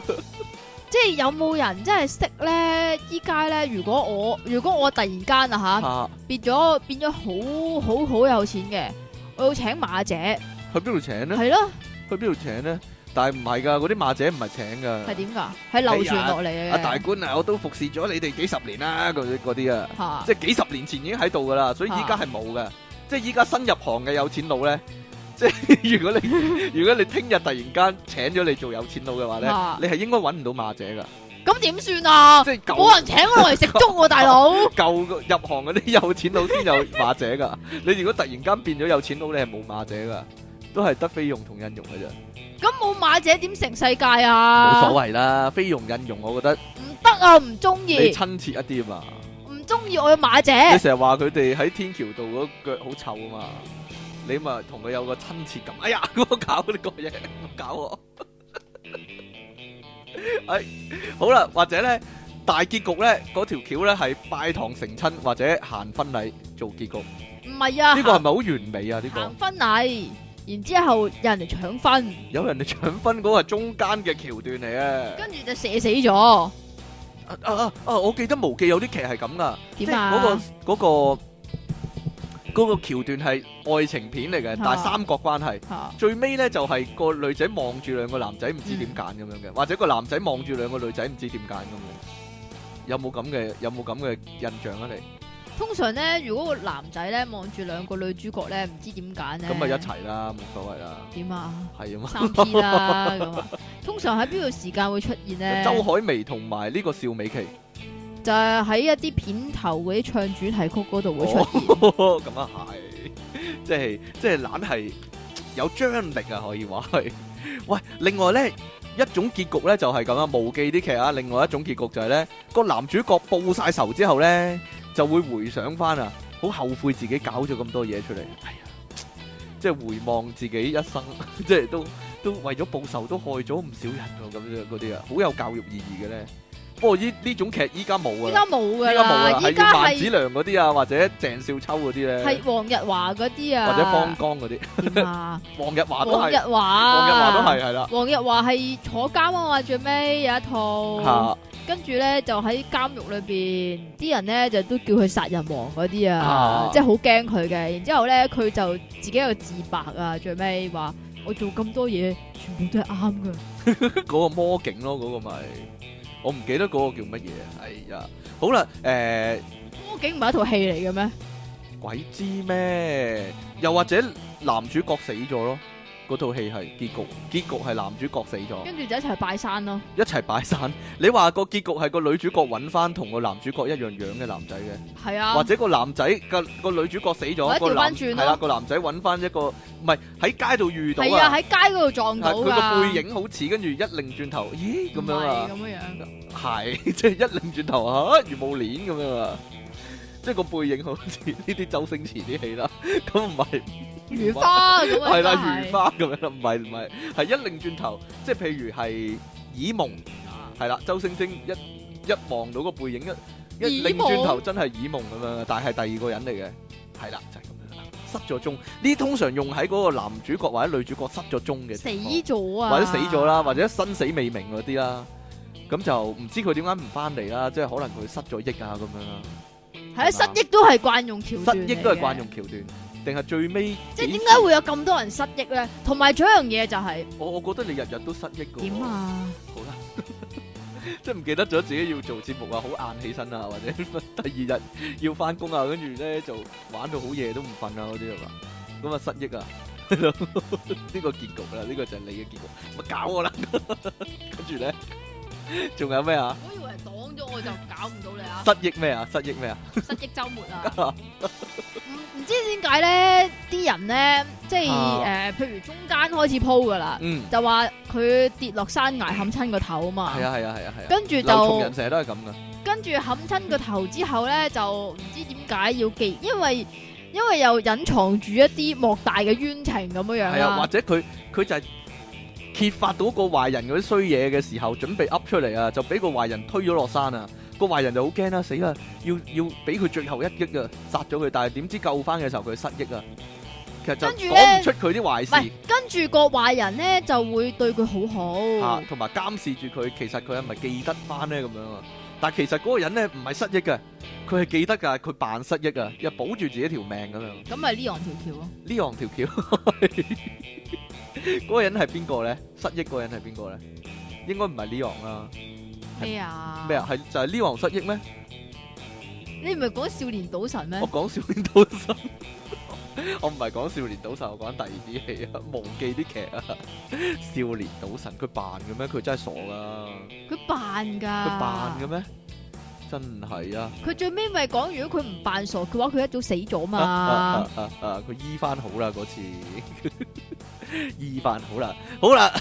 即係有冇人真係識咧？依家咧，如果我如果我突然間啊吓嚇變咗變咗好好好有錢嘅，我要請馬姐，去邊度請咧？係咯，去邊度請咧？但係唔係㗎，嗰啲馬姐唔係請㗎。係點㗎？係流傳落嚟啊大嘅官啊，我都服侍咗你哋幾十年啦，嗰啲嗰啲啊，吓即係幾十年前已經喺度噶啦，所以依家係冇啊嘅。即係依家新入行嘅有錢佬咧， 即係如果 你如果你聽日突然間請咗你做有錢佬嘅話咧，啊你係應該揾唔到馬姐噶。咁點算啊？即係冇舊人請我落嚟食粥喎，大佬。舊入行嗰啲有錢佬先有馬姐 噶。你如果突然間變咗有錢佬，你係冇馬姐噶，都係得菲傭同印傭嘅啫。咁冇馬姐點成世界啊？冇所謂啦，菲傭印傭，我覺得唔得啊，唔中你意，親切一啲嘛。唔中意我要馬 姐。你成日話佢哋喺天橋度嗰腳好臭啊嘛，你咪同佢有個親切感。哎呀， 我搞呢個嘢，唔搞我。 哎，好啦，或者咧大結局咧嗰條橋咧係拜堂成親或者行婚禮做結局，呢唔係啊，個係咪好完美啊？呢、個行婚禮，然之後有人嚟搶婚，有人哋搶婚嗰個係中間嘅橋段嚟啊！跟住就射死咗，啊啊啊啊！我記得無記有啲劇係咁噶。即點係啊？嗰、個嗰、個嗰、個橋段係愛情片嚟嘅，但係三角關係。嚇最尾呢，就係、個女仔望住兩個男仔唔知點揀咁樣嘅，或者個男仔望住兩個女仔唔知點揀咁嘅。有冇咁嘅有冇咁嘅印象啊？你通常咧，如果個男仔咧望住兩個女主角咧，唔知點揀咧，咁咪一齊啦，冇所謂啦，點啊？係啊嘛。三 P 啦咁啊！通常喺邊度時間會出現 咧？周海媚同埋呢個邵美琪，就係喺一啲片頭嗰啲唱哦主題曲嗰度會出現。咁啊係，即係即係懶係有張力啊，可以話係。喂，另外咧一種結局咧就係咁啦，無記啲劇啊，另外一種結局就係咧個男主角報晒仇之後咧就會回想翻啊，好後悔自己搞咗咁多嘢出嚟，哎呀，即係回望自己一生，即係都都為咗報仇都害咗唔少人喎，咁樣嗰啲啊，好有教育意義嘅咧。不過呢呢種劇依家冇啊依家。冇噶依家冇啦啦，，依係家要萬子係良嗰啲啊，或者鄭少秋嗰啲咧，係黃日華嗰啲啊，或者方剛嗰啲，點啊，黃日華都黃日係，華，黃日華都係，係啦，黃日華係坐監啊嘛，最尾有一套，嚇跟住咧就喺監獄裏邊，啲人咧就都叫佢殺人王嗰啲啊啊，即係好驚佢嘅。然之後咧，佢就自己有個自白啊，最尾話我做咁多嘢，全部都係啱噶。嗰個魔警咯，嗰個咪，我唔記得嗰個叫乜嘢，哎呀，好啦，誒，魔警唔係一套戲嚟嘅咩？鬼知咩？又或者男主角死咗咯，嗰套戲係結局，結局係男主角死咗。跟住就一齊拜山咯。一齊擺散，你話個結局係個女主角揾翻同個男主角一樣樣嘅男仔嘅，係啊或，者個男仔個個女主角死或咗，者個調翻男轉係咯啦，個男仔揾翻一個唔係喺街度遇到係啊，啊，喺街嗰度撞啊到佢噶。個背影好似，跟住一擰轉頭，咦咁樣唔係啊，咁樣樣。係 即係一擰轉頭啊，如冇鏈咁樣啊，即係個背影好似呢啲周星馳啲戲啦，咁唔係如花咁樣。係啦，如。花咁樣啦，唔係唔係，係一擰轉頭，即係譬如係耳蒙。係啦，周星星一一望到個背影一一耳擰夢轉頭，真係耳夢咁樣，但係第二個人嚟嘅，係啦，就係、咁樣啦，失咗蹤。呢通常用喺嗰個男主角或者女主角失咗蹤嘅死情況咗啊！或者死咗啦，或者生死未明嗰啲啦，咁就唔知佢點解唔翻嚟啦，即係可能佢失咗憶啊咁樣啦，係啊，失憶都係慣用橋段嚟嘅失憶都係慣。用橋段，定係最尾即係幾點時解？會有咁多人失憶咧？同埋仲有一樣嘢就係我我覺得你日日都失憶嘅。點？啊？好啦，即係唔記得咗自己要做節目啊，好晏起身啊，或者 第二日要翻工啊，跟住咧就玩到好夜都唔瞓啊嗰啲係嘛，咁啊失憶啊， 呢個結局啦，呢個就係你嘅結局，咪搞我啦， 跟住咧仲有咩啊？我以為擋咗我就搞唔到你 啊！失憶咩啊？失憶咩啊？失憶週末 啊！唔唔知點解咧？啲人咧，即係啊誒，譬如中間開始鋪噶啦，嗯，就話佢跌落山崖冚親個頭啊嘛係。啊係啊係啊係啊，跟住劉松就仁成日都係咁噶，跟住冚親個頭之後咧，就唔知點解要記，因為因為又隱藏住一啲莫大嘅冤情咁樣樣係啊，或啦。者佢佢就係揭發到個壞人嗰啲衰嘢嘅時候，準備噏出嚟啊，就俾個壞人推咗落山啊！個壞人就好驚啦，死啦！要要俾佢最後一擊啊，殺咗佢！但係點知救翻嘅時候佢失憶啊，其實就跟住呢講唔出佢啲壞唔係事，跟住個壞人咧就會對佢好好嚇，。同埋監視住佢，其實佢係咪記得翻呢？咁樣啊？但係其實嗰個人咧唔係失憶嘅，佢係記得㗎，佢扮失憶啊，又保住自己條命咁樣。咁咪呢樣條橋咯。呢行條 橋，嗰個人係邊個咧？失憶嗰個人係邊個咧？應該唔係呢行啦。咩啊？咩啊？？係就係呢行失憶咩？你唔係講少年賭神咩我？講少年賭 神，我唔係講少年賭神，我講第二啲戲啊，無記啲劇啊。少年賭神佢扮嘅咩？佢真係傻噶，佢扮噶。佢扮嘅。咩？真係啊！佢最尾咪講，如果佢唔扮傻嘅話，佢一早死咗啊啊嘛。啊啊！佢醫翻好啦嗰次，醫翻好啦，好啦，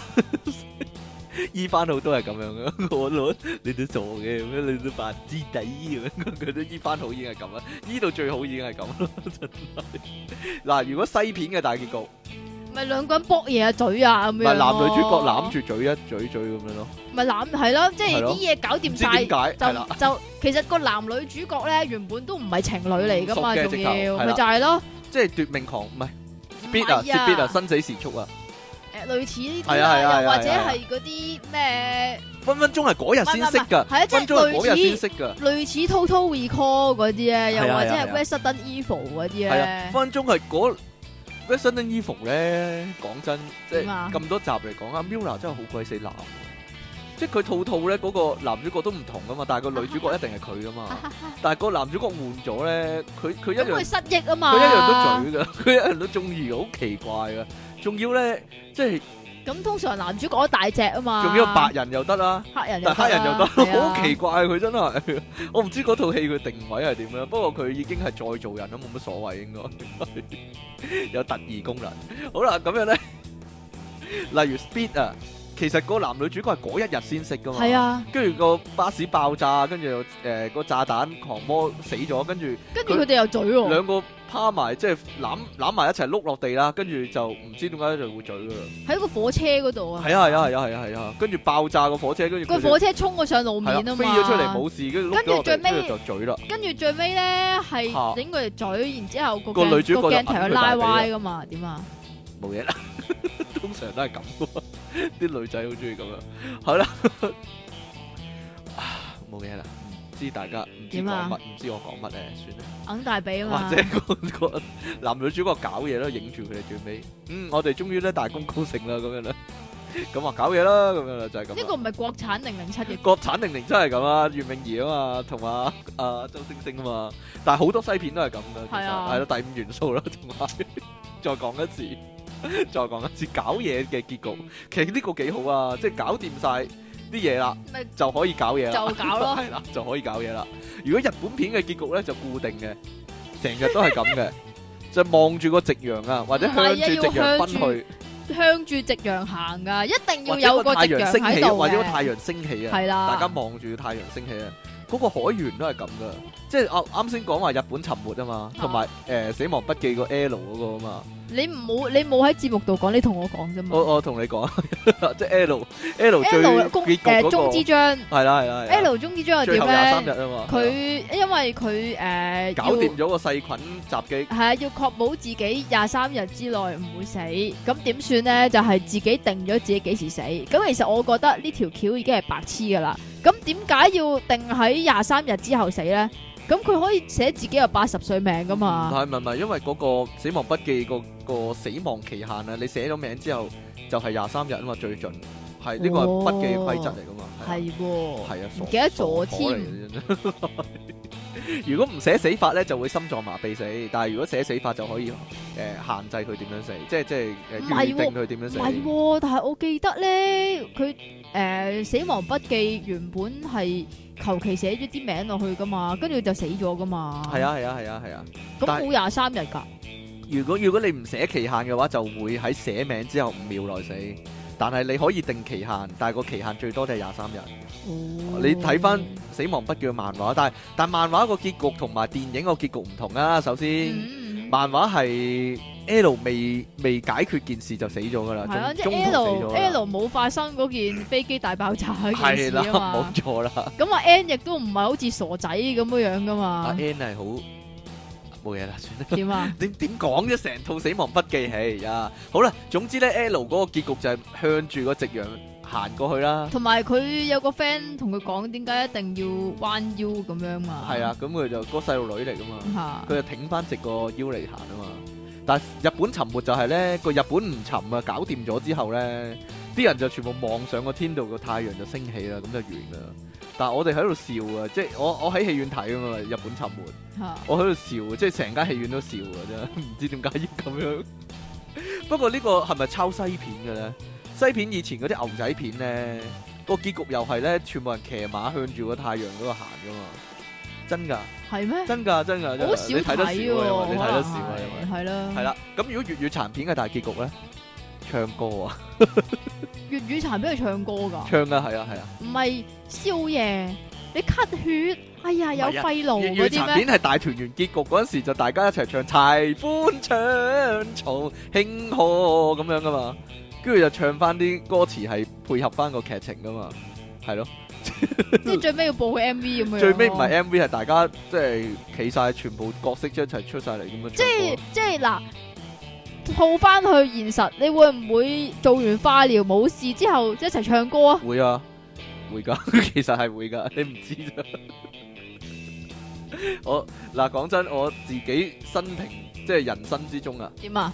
醫翻好都係咁樣嘅。我攞你都傻嘅，咁樣你都扮知底咁樣，佢都醫翻好已經係咁啦，醫到最好已經係咁啦，真係。嗱，如果西片嘅大結局，咪兩個人搏嘢啊嘴啊咁樣。咪男女主角攬。住嘴一嘴嘴咁樣咯，咪攬係咯，即係係咯啲嘢搞唔掂知晒點。解係啦，就就其實個男女主角咧原本都唔係情侶嚟噶嘛，唔熟嘅仲直頭要係咪啦就係咯，即係奪命狂唔係唔必啊，係必啊，生死時速啊，誒類似呢啲係啊係啦，啊係啊又或者係啊係嗰啲咩分分鐘係嗰日先識㗎，係啊，即分分係鐘係嗰日類先似識㗎。類似 Total Recall 嗰啲咧，又係啊或者係啊係係啊 Resident Evil 嗰係啲啊，咧分，分鐘係嗰 Resident Evil 咧，講真，即係點啊咁多集嚟講啊，Mila 真係好鬼死男喎，即係佢套套咧嗰個男主角都唔同噶嘛，但係個女主角一定係佢噶 嘛，但係個男主角換咗咧，佢佢一咁樣佢失憶啊嘛， 佢一樣都嘴噶，佢一樣都中意㗎，好奇怪噶，仲要咧即係咁通常男主角都大隻啊嘛，仲要白人又得啦，黑人又但啦，黑人又得，係 啊好奇怪佢真係。 我唔知嗰套戲佢定位係點樣，不過佢已經係再造人啦，冇乜所謂應該。 有特異功能。好啦，咁樣咧，例如 Speed 啊，其實個男女主角係嗰一日先識噶嘛。係。啊，跟住個巴士爆炸，跟住又誒個炸彈狂魔死咗，跟住跟住佢哋又嘴喎，兩個趴埋，即係攬攬埋一齊碌落地啦，跟住就唔知點解就會嘴噶啦。喺個火車嗰度啊，係啊係啊係啊係啊係啊，跟住爆炸個火車，跟住個佢哋火車衝咗上路係面啦啊嘛，飛咗出嚟冇事，跟住碌咗落地跟跟住最尾住就嘴啦。跟住最尾咧係嚇影佢哋嘴，然之後個個鏡女主角個就鏡頭揞係佢大拉髀啊歪噶嘛，點啊？冇嘢啦， 通常都係咁喎 啲女仔好中意咁樣。好啦， 啊冇嘢啦，唔知大家唔知講點啊乜，唔知我講乜咧，算啦。揞大髀啊嘛或，者個 個男女主角搞嘢啦，影住佢哋最尾，嗯，我哋終於咧大功告成啦，咁樣啦，咁話搞嘢啦，咁樣啦，就係 呢咁個啦。唔係國產零零七嘅，國產零零真係咁啊，袁詠儀啊嘛，同埋啊啊周星星啊嘛，但係好多西片都係咁噶，其實係啊係咯 第五元素啦，同埋再講一次， 再講一次搞嘢嘅結局，其實呢個幾好啊，即係搞掂晒啲嘢啦咪，就可以搞嘢啦。就搞 咯，係啦，就可以搞嘢啦。如果日本片嘅結局咧就固定嘅，成日都係咁 嘅，就望住個夕陽啊，或者唔向係啊住夕陽要奔向去，向住夕陽行噶，一或定要者有個個太夕陽陽升喺起啊，度或者個嘅太陽升起啊，係啦，大家望住太陽升起啊。嗰個海員都係咁噶，即係我啱先講話日本沉沒啊嘛，同埋誒死亡筆記個 L 嗰個啊嘛，你唔好你冇喺節目度講，你同我講啫嘛。我我同你講， 即係 L L 哦最 L 公結局嗰誒個鐘之章係啦係啦係啦， ，L 鐘之章又最後廿點三日咧？啊嘛，佢因為佢誒搞掂咗個細菌襲擊。係啊，要確保自己廿三日之內唔會死，咁點算呢？就係、自己定咗自己幾時死。咁其實我覺得呢條橋已經係白痴噶啦。咁點解要定喺廿三日之後死呢？咁佢可以寫自己有八十歲命噶唔嘛？係唔係唔係，因為嗰個死亡筆記個個死亡期限啊，你寫咗名之後就係廿三日啊嘛，最盡係呢個係哦筆記嘅規則嚟噶嘛，係啊係喎，係 啊，唔傻記得咗添。傻婆嚟嘅啫如果唔寫死法咧，就會心臟麻痹死；但係如果寫死法就可以誒、呃限制佢點樣死，即係即係唔誒係喎預定佢點樣唔死。係喎，但係我記得咧，佢誒、呃死亡筆記原本係求其寫咗啲名落去噶嘛，跟住就死咗噶嘛。係，啊係啊係啊係啊！咁但係冇廿三日㗎。如果如果你唔寫期限嘅話，就會喺寫名之後五秒內死。但係你可以定期限，但係個期限最多都係廿三日。哦你你睇翻《死亡筆記》嘅漫畫，但係但漫畫個結局同埋電影個結局唔同啊。首先，嗯漫畫係 L 未未解決件事就死咗噶啦，係啊，即中中係途 L 死咗啦 L 冇發生嗰件飛機大爆炸嗰件係事啦，啊嘛冇。錯啦。咁啊 N 亦都唔係好似傻仔咁樣樣噶阿嘛 N 係啊好冇嘢啦，算啦。點啊？點點講啫？成套《死亡筆記》係呀，好啦，總之咧，L 嗰個結局就係向住個夕陽行過去啦。同埋佢有個 friend 同佢講點解一定要彎腰咁樣嘛？係啊，咁佢就個細路女嚟噶嘛。嚇，佢就挺翻直個腰嚟行啊嘛。但係日本沉沒就係咧，個日本唔沉啊，搞掂咗之後咧，啲人就全部望上個天度，個太陽就升起啦，咁就完啦。但係我哋喺度笑啊，即係我我喺戲院睇啊嘛，日本沉沒，嚇我喺度笑啊，即係成間戲院都笑啊，真係 唔知點解要咁樣。不過呢個係咪抄西片嘅咧？西片以前嗰啲牛仔片咧，個結局又係咧，全部人騎馬向住個太陽嗰度行噶嘛，真㗎。係咩？真㗎，真㗎，真㗎好少你睇得少啊，睇因為你睇得少啊，因為係啦，係啦。咁如果粵語殘片嘅大結局咧，唱歌啊，粵語殘俾佢唱歌㗎，唱啊，係啊，係啊。唔係宵夜，你咳血，哎呀有唔係啊肺癆粵嗰語啲殘咩片？係大團圓結局嗰陣時，就大家一齊唱齊歡唱草慶賀咁樣噶嘛，跟住就唱翻啲歌詞係配合翻個劇情噶嘛，係咯。即係最啊尾要播佢 M V 咁樣咯。最尾唔係 M V，係大家即係企晒全部角色一齊出晒嚟咁樣即唱係歌。啊即係嗱，套翻去現實，你會唔會做完化療冇事之後一齊唱歌啊？會啊，會噶， 其實係會噶，你唔知咋。 我嗱講真，我自己生平即係人生之中啊，點啊？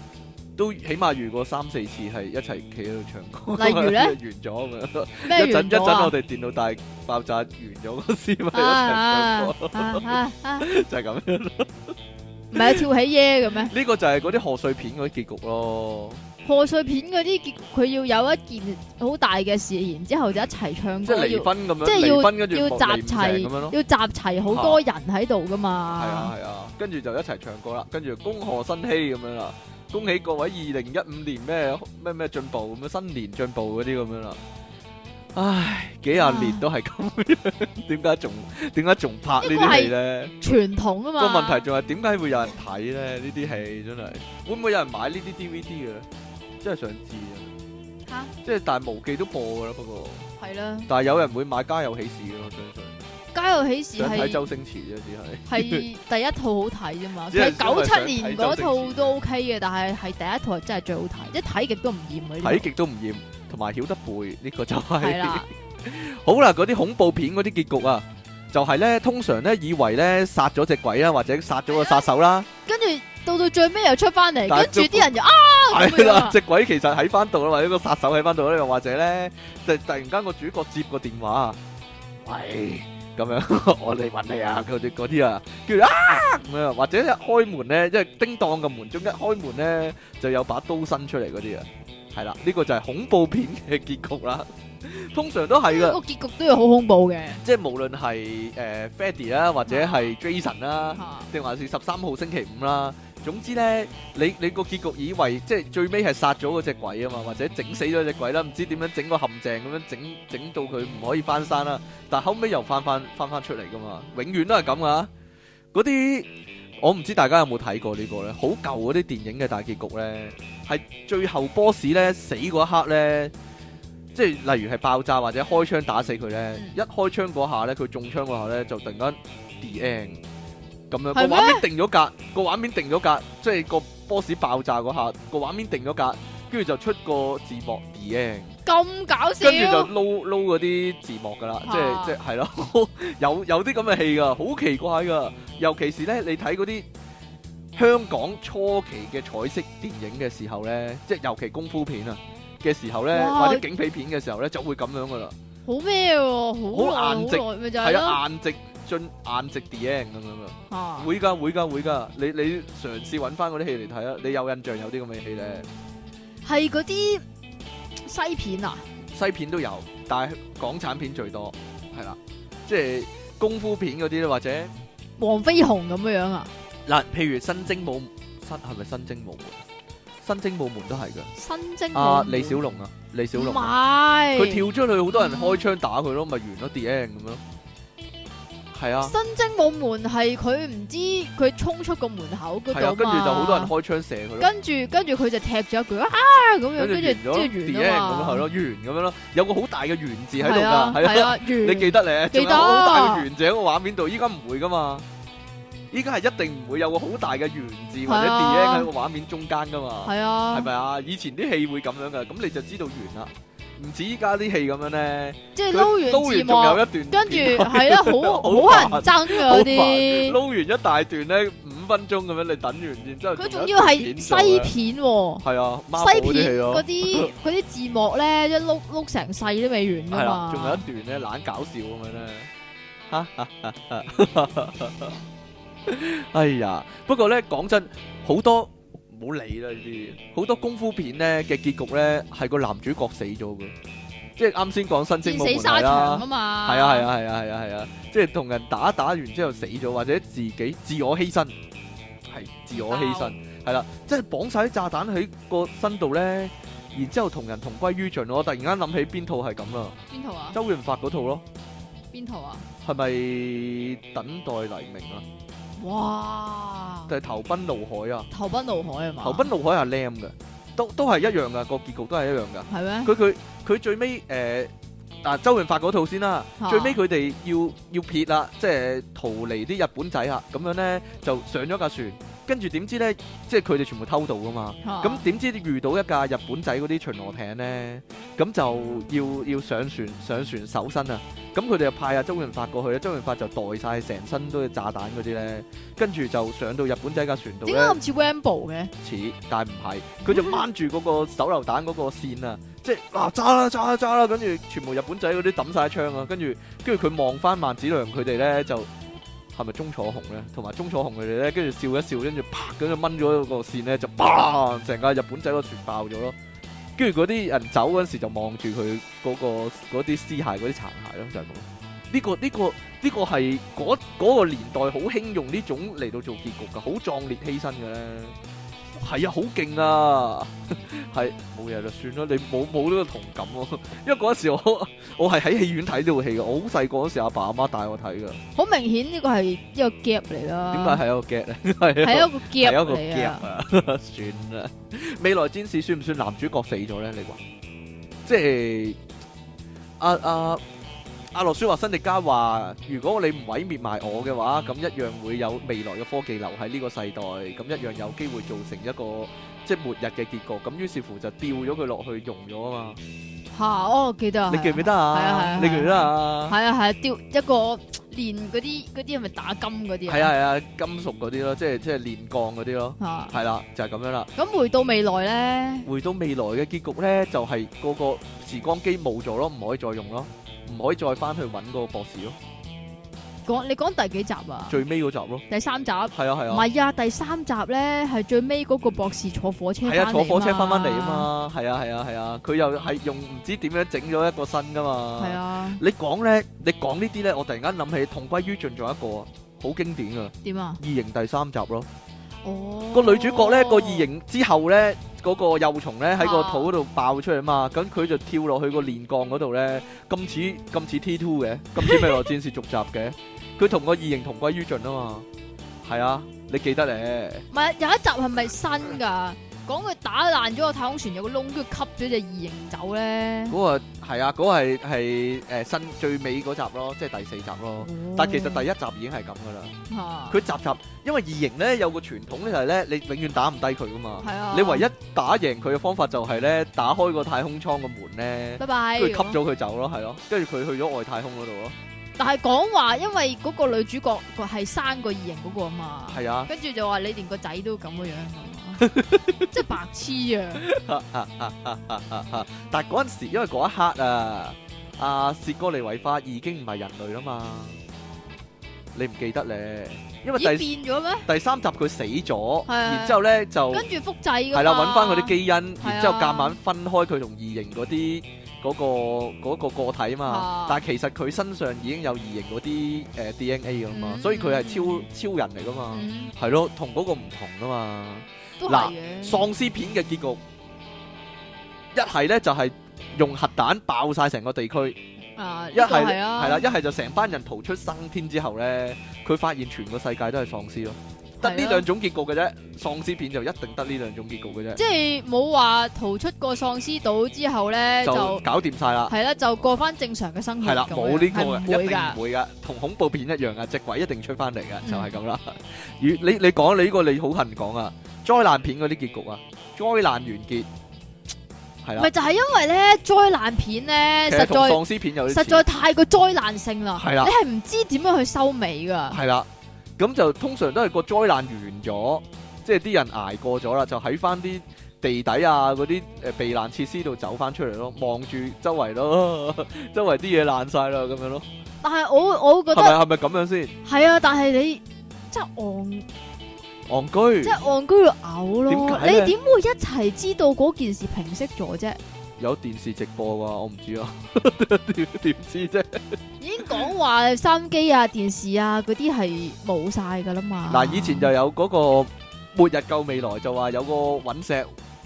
都起碼遇過三四次係一齊企喺度唱歌。例如 呢完咗咁樣，咩一陣完一咗陣啊我？哋電腦大爆炸完咗嗰時咪一齊啊唱啊歌，啊啊啊！ 就係咁樣。唔係跳起耶嘅咩？呢個就係嗰啲賀歲片嗰啲結局咯，賀歲片嗰啲，結佢要有一件好大嘅事，然之後就一齊唱即係歌，哦要離婚咁樣，即係要離婚跟住要冇集離唔成齊咁樣咯。要集齊好多人喺度噶係啊嘛。係啊，跟住就一齊唱歌啦，跟住恭賀新禧咁樣啦，恭喜各位二零一五年咩咩咩進步咁樣，新年進步嗰啲咁樣啦。唉，幾廿年都係咁樣， 點解仲點解仲拍呢啲戲咧？傳統啊個嘛。問題仲係點解會有人睇咧？呢啲戲真係會唔會有人買呢啲 DVD 嘅咧？真係想知啊！嚇即係但係無記都播噶啦，不過係啦，但係有人會買《家有喜事》嘅，我相信。 《家有喜事》想睇係周星馳啫，只係係第一套好睇啫嘛。只其係實九七年嗰想睇周套都 OK 嘅，但係係第一套係真係最好睇，即係睇極都唔厭嘅呢套。睇極都唔厭，同埋曉得背呢個就係係。啦，好啦，嗰啲恐怖片嗰啲結局啊，就係咧通常咧以為咧殺咗隻鬼啦，啊或者殺咗個殺手啦，跟住到到最尾又出翻嚟，但係跟住都啲人就啊係咁樣啦，啊。隻鬼其實喺翻度啦，或者個殺手喺翻度啦，又或者咧就突然間個主角接個電話啊，喂咁樣 我嚟揾你啊，嗰啲嗰啲啊，跟住啊咁樣，或者一開門咧，即係叮當嘅門鐘一開門咧就有把刀伸出嚟嗰啲啊，係啦，呢個就係恐怖片嘅結局啦，通常都係噶個。結局都要好恐怖嘅。即係無論係誒 Freddy 啦，或者係 Jason 啦，嚇定還是十三號星期五啦。總之咧，你你個結局以為即係最尾係殺咗嗰只鬼啊嘛，或者整死咗隻鬼啦，唔知點樣整個陷阱咁樣整整到佢唔可以翻山啦。但後尾又翻翻翻翻出嚟噶嘛，永遠都係咁噶。嗰啲我唔知大家有冇睇過呢個咧，好舊嗰啲電影嘅大結局咧，係最後 boss 咧死嗰一刻咧，即係例如係爆炸或者開槍打死佢咧，嗯一開槍嗰下咧，佢中槍嗰下咧就突然間 the end 咁樣，個係咩畫面定咗格，個畫面定咗格，即係個 boss 爆炸嗰下個畫面定咗格，跟住就出個字幕 the end。咁搞笑跟，住就撈撈嗰啲字幕噶啦，即係啊即係係咯， 有有啲咁嘅戲噶，好奇怪噶。尤其是咧，你睇嗰啲香港初期嘅彩色電影嘅時候咧，即係尤其功夫片啊嘅時候咧，哇或者警匪片嘅時候咧，就會咁樣噶啦，好咩喎？好好耐硬直好耐咪就係係咯啊，硬直進硬直 the end 咁樣噶，嚇。會噶會噶會噶，你你嘗試揾翻嗰啲戲嚟睇啊，你有印象有啲咁嘅戲咧，係嗰啲西片啊，西片都有，但係港產片最多，係啦，即係功夫片嗰啲咧，或者。黃飛鴻咁樣樣啊，嗱，譬如新精武新係咪新精武門？新精武門都係噶。新精阿武李小龍啊，李小唔龍啊，係佢跳出去，好多人開槍打佢咯，咪完咗 the end 咁咯。係啊，新精武門係佢唔知佢衝出個門口嗰係啊，度跟住就好多人嘛開槍射佢咯，跟住跟住佢就踢咗一句啊咁樣，跟住跟住完咗即 the end 係完咁啊咯，係嘛，咯，完咁樣咯，有個好大嘅圓字喺度係啊㗎，係啊，係啊，完你記得咧？仲記有得個好大嘅圓字喺個畫面度，依家唔會噶嘛，依家係一定唔會有個好大嘅圓字或者 the 係啊 end 喺個畫面中間噶嘛。係啊係，咪啊？以前啲戲會咁樣噶，咁你就知道完啦。唔似依家啲戲咁樣咧，即係佢撈撈完字完仲有幕，一段，跟住係啦，好好好煩人憎嘅嗰 啲。撈完一大段咧，五分鐘咁樣你等完，然之後佢仲有仲一要段係片西做咧，片喎、係啊，西 Marvel 嗰啲戲片咯嗰，啲嗰啲字幕咧，一碌碌成世都未完係噶啦，啊嘛。仲有一段咧懶搞笑咁樣咧，哈哈哈哈！ 哎呀，不過咧講真，好多唔好理啦呢啲，好多功夫片咧嘅結局咧係個男主角死咗嘅，即係啱先講新精武戰門死沙係啦場啊。嘛。係啊係啊係啊係啊係啊，即係同人打打完之後死咗，或者自己自我犧牲，係自我犧牲，係啦，即係綁晒啲炸彈喺個身度咧，然之後同人同歸於盡。我突然間諗起邊套係咁啦，邊套啊？周潤發嗰套咯，邊套啊？係咪等待黎明啊？哇！定係投奔怒海啊？投奔怒海啊嘛。投奔怒海係 Lam 嘅，都都係一樣噶，個結局都係一樣噶。係咩？佢佢佢最尾誒嗱周潤發嗰套先啦，啊最尾佢哋要要撇啦，即係逃離啲日本仔啦，咁樣咧就上咗架船，跟住點知咧，即係佢哋全部偷渡噶嘛，咁咁點知遇到一架日本仔嗰啲巡邏艇咧，咁就要要上船上船搜身啊，咁佢哋就派阿周潤發過去咧，周潤發就袋晒成身都係炸彈嗰啲咧，跟住就上到日本仔架船度點咧解。咁似 Rambo 嘅？似，但係唔係，佢就掹住嗰個手榴彈嗰個線啊，即係嗱揸啦揸啦揸啦，跟住全部日本仔嗰啲抌晒槍啊，跟住跟住佢望翻萬子良佢哋咧就係咪鐘楚紅咧？同埋鐘楚紅佢哋咧，跟住笑一笑，跟住啪咁就掹咗個線咧，就砰成架日本仔個船爆咗咯。跟住嗰啲人走嗰陣時就望住佢嗰個嗰啲屍骸嗰啲殘骸咯，就係咁。呢個呢個呢個係嗰嗰個年代好興用呢種嚟到做結局㗎，好壯烈犧牲嘅咧。係啊，好勁啊！ 係冇嘢啦，算啦，你冇冇呢個同感咯。 因為嗰陣時我我係喺戲院睇呢套戲嘅，我好細個嗰時阿爸阿媽帶我睇㗎。好明顯呢個係一個 gap 嚟啦。點解係一個 get 咧？ 係啊係一個 gap 個嚟 gap 啊？啊！ 算啦，未來戰士算唔算男主角死咗咧？你話即係阿阿阿洛舒華辛迪加話：如果你唔毀滅埋我嘅話，咁一樣會有未來嘅科技留喺呢個世代，咁一樣有機會造成一個即係末日嘅結局。咁於是乎就掉咗佢落去用咗啊嘛！嚇！哦，記得啊。你記唔記得係啊係啊啊？你記唔記得啊？係啊係啊，吊一個練嗰啲嗰啲係咪打金嗰啲啊？係啊係啊，金屬嗰啲咯，即係即係煉鋼嗰啲咯，啊。係啦，就係咁樣啦。嚇！咁回到未來咧，回到未來嘅結局呢，就係、嗰個時光機冇咗咯，唔可以再用咯，唔可以再翻去揾個博士咯，講你講第幾集啊？最尾嗰集咯，第三集。係啊係唔啊，係啊，第三集咧係最尾嗰個博士坐火車係啊，返坐嚟火車翻返嚟啊嘛，係啊係啊係啊，佢、又係用唔知點樣整咗一個新噶嘛，係啊，你講呢，你講呢啲呢，我突然間諗起同歸於盡仲有一個啊好經典啊，點啊？異形第三集咯。哦，個女主角咧個異形之後咧，嗰、個幼蟲咧喺個啊肚嗰度爆出嚟嘛，咁佢就跳落去個煉鋼嗰度咧，咁似咁似 T two 嘅，咁似未來戰士續集嘅，佢同個異形同歸於盡啊嘛，係啊，你記得咧，唔係有一集係咪新㗎？講佢打爛咗個太空船有個窿，跟住吸咗只異形走咧。嗰、個係啊，嗰、個係係誒新最尾嗰集咯，即係第四集咯，但其實第一集已經係咁噶啦，第嚇佢集集因為異形咧有個傳統咧就係咧，你永遠打唔低佢噶嘛，係啊，你唯一打贏佢嘅方法就係咧打開個太空艙個門咧。拜拜跟住吸。咗佢走咯，係咯，跟住佢去咗外太空嗰度咯，但係講話因為嗰個女主角佢係生過異形嗰個啊嘛，係啊，跟住就話你連個仔都咁嘅樣㗎嘛， 即係白痴啊！但係嗰陣時因為嗰一刻啊，阿薛哥利維花已經唔係人類啦嘛，你唔記得咧，因為咦啊第變咗咩？第三集佢死咗，係啊然之後咧就跟住複製㗎嘛係啦，揾翻佢啲基因，然之後係啊夾硬分開佢同異形嗰啲嗰個嗰個個體啊嘛啊，但係其實佢身上已經有異形嗰啲誒 DNA 㗎嘛，嗯所以佢係超超人嚟噶嘛，嗯係咯，同嗰個唔同噶嘛。都嗱係嘅。喪屍片嘅結局，一係咧就係用核彈爆晒成個地區，啊，一係係啊，係啦，一係就成班人逃出生天之後咧，佢發現全個世界都係喪屍咯，得呢係啊兩種結局嘅啫，喪屍片就一定得呢兩種結局嘅啫，即係冇話逃出個喪屍島之後咧，就就搞掂晒啦，係啦，就過翻正常嘅生活咁啊係啦，樣。冇呢係個唔嘅，會一定㗎唔。會噶，同恐怖片一樣啊，隻鬼一定出翻嚟嘅，嗯就係咁啦。 如你你講你呢個你好恨講啊，災難片嗰啲結局啊，災難完結係啦咪，就係因為咧災難片咧，其實實同在喪屍片有啲實似在太過災難性啦。係啦你係唔知點樣去收尾㗎。係啦，咁就通常都係個災難完咗，即係啲人捱過咗啦，就喺翻啲地底啊嗰啲誒避難設施度走翻出嚟咯，望住周圍咯， 周圍啲嘢爛晒啦咁樣咯，但係我我覺係得咪啊係咪咁樣先？係啊，但係你真係戇，戇居嗯點解咧真係戇居到嘔咯。你點會一齊知道嗰件事平息咗啫？有電視直播啩，我唔知啊， 點點知啫？已經講話收音機啊、電視啊嗰啲係冇晒㗎啦嘛。嗱，以前就有嗰個末日救未來，就話有個隕石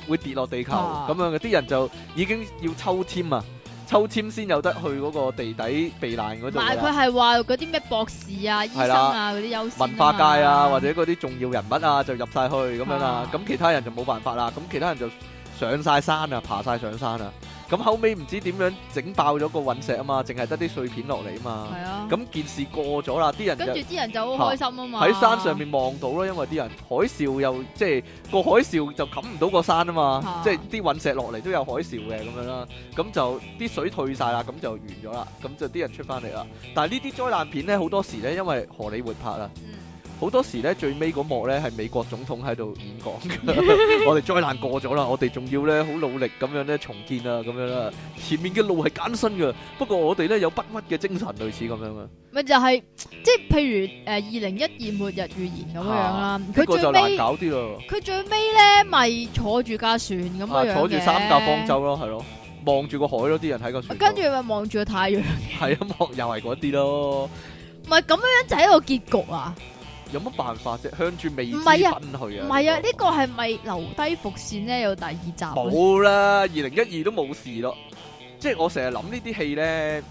會跌落地球啊咁樣嘅，啲人就已經要抽籤啊，抽籤先有得去嗰個地底避難嗰度但係㗎啦佢係話嗰啲咩博士啊、醫係生啦啊嗰啲優先文化界啊，或者者嗰啲重要人物啊，就入晒去咁樣啦嗯啊。咁其他人就冇辦法啦。咁其他人就上晒山啊，爬晒上山啊。咁後尾唔知點樣整爆咗個隕石啊嘛，淨係得啲碎片落嚟啊嘛。係啊，咁件事過咗啦，啲人跟就住啲人就好開心啊嘛，喺山上面望到咯，因為啲人海嘯又即係個海嘯就冚唔到個山啊嘛啊，即係啲隕石落嚟都有海嘯嘅咁樣啦，咁就啲水退晒啦，咁就完咗啦，咁就啲人出翻嚟啦。但係呢啲災難片咧，好多時咧，因為荷里活拍啦。啊嗯，好多時咧最尾嗰幕咧係美國總統喺度演講嘅， 我哋災難過咗啦，我哋仲要咧好努力咁樣咧重建啊，咁樣啦，前面嘅路係艱辛嘅，不過我哋咧有不屈嘅精神，類似咁樣啊，咪就係即係譬如呃诶二零一二末日預言咁樣啦，啊呢佢個最就難尾搞啲咯，佢最尾咧咪坐住架船咁啊樣坐住三架架方，舟咯，係咯，望住個海咯，啲人喺個船度，跟住咪望住個太陽，係啊，望又係嗰啲咯，唔係咁樣就係一個結局啊！有乜辦法啫？向住未知唔奔係啊去唔啊，係啊，呢個係咪留低伏線咧？有第二集啊冇啦，二零一二都冇事咯。即係我成日諗呢啲戲咧，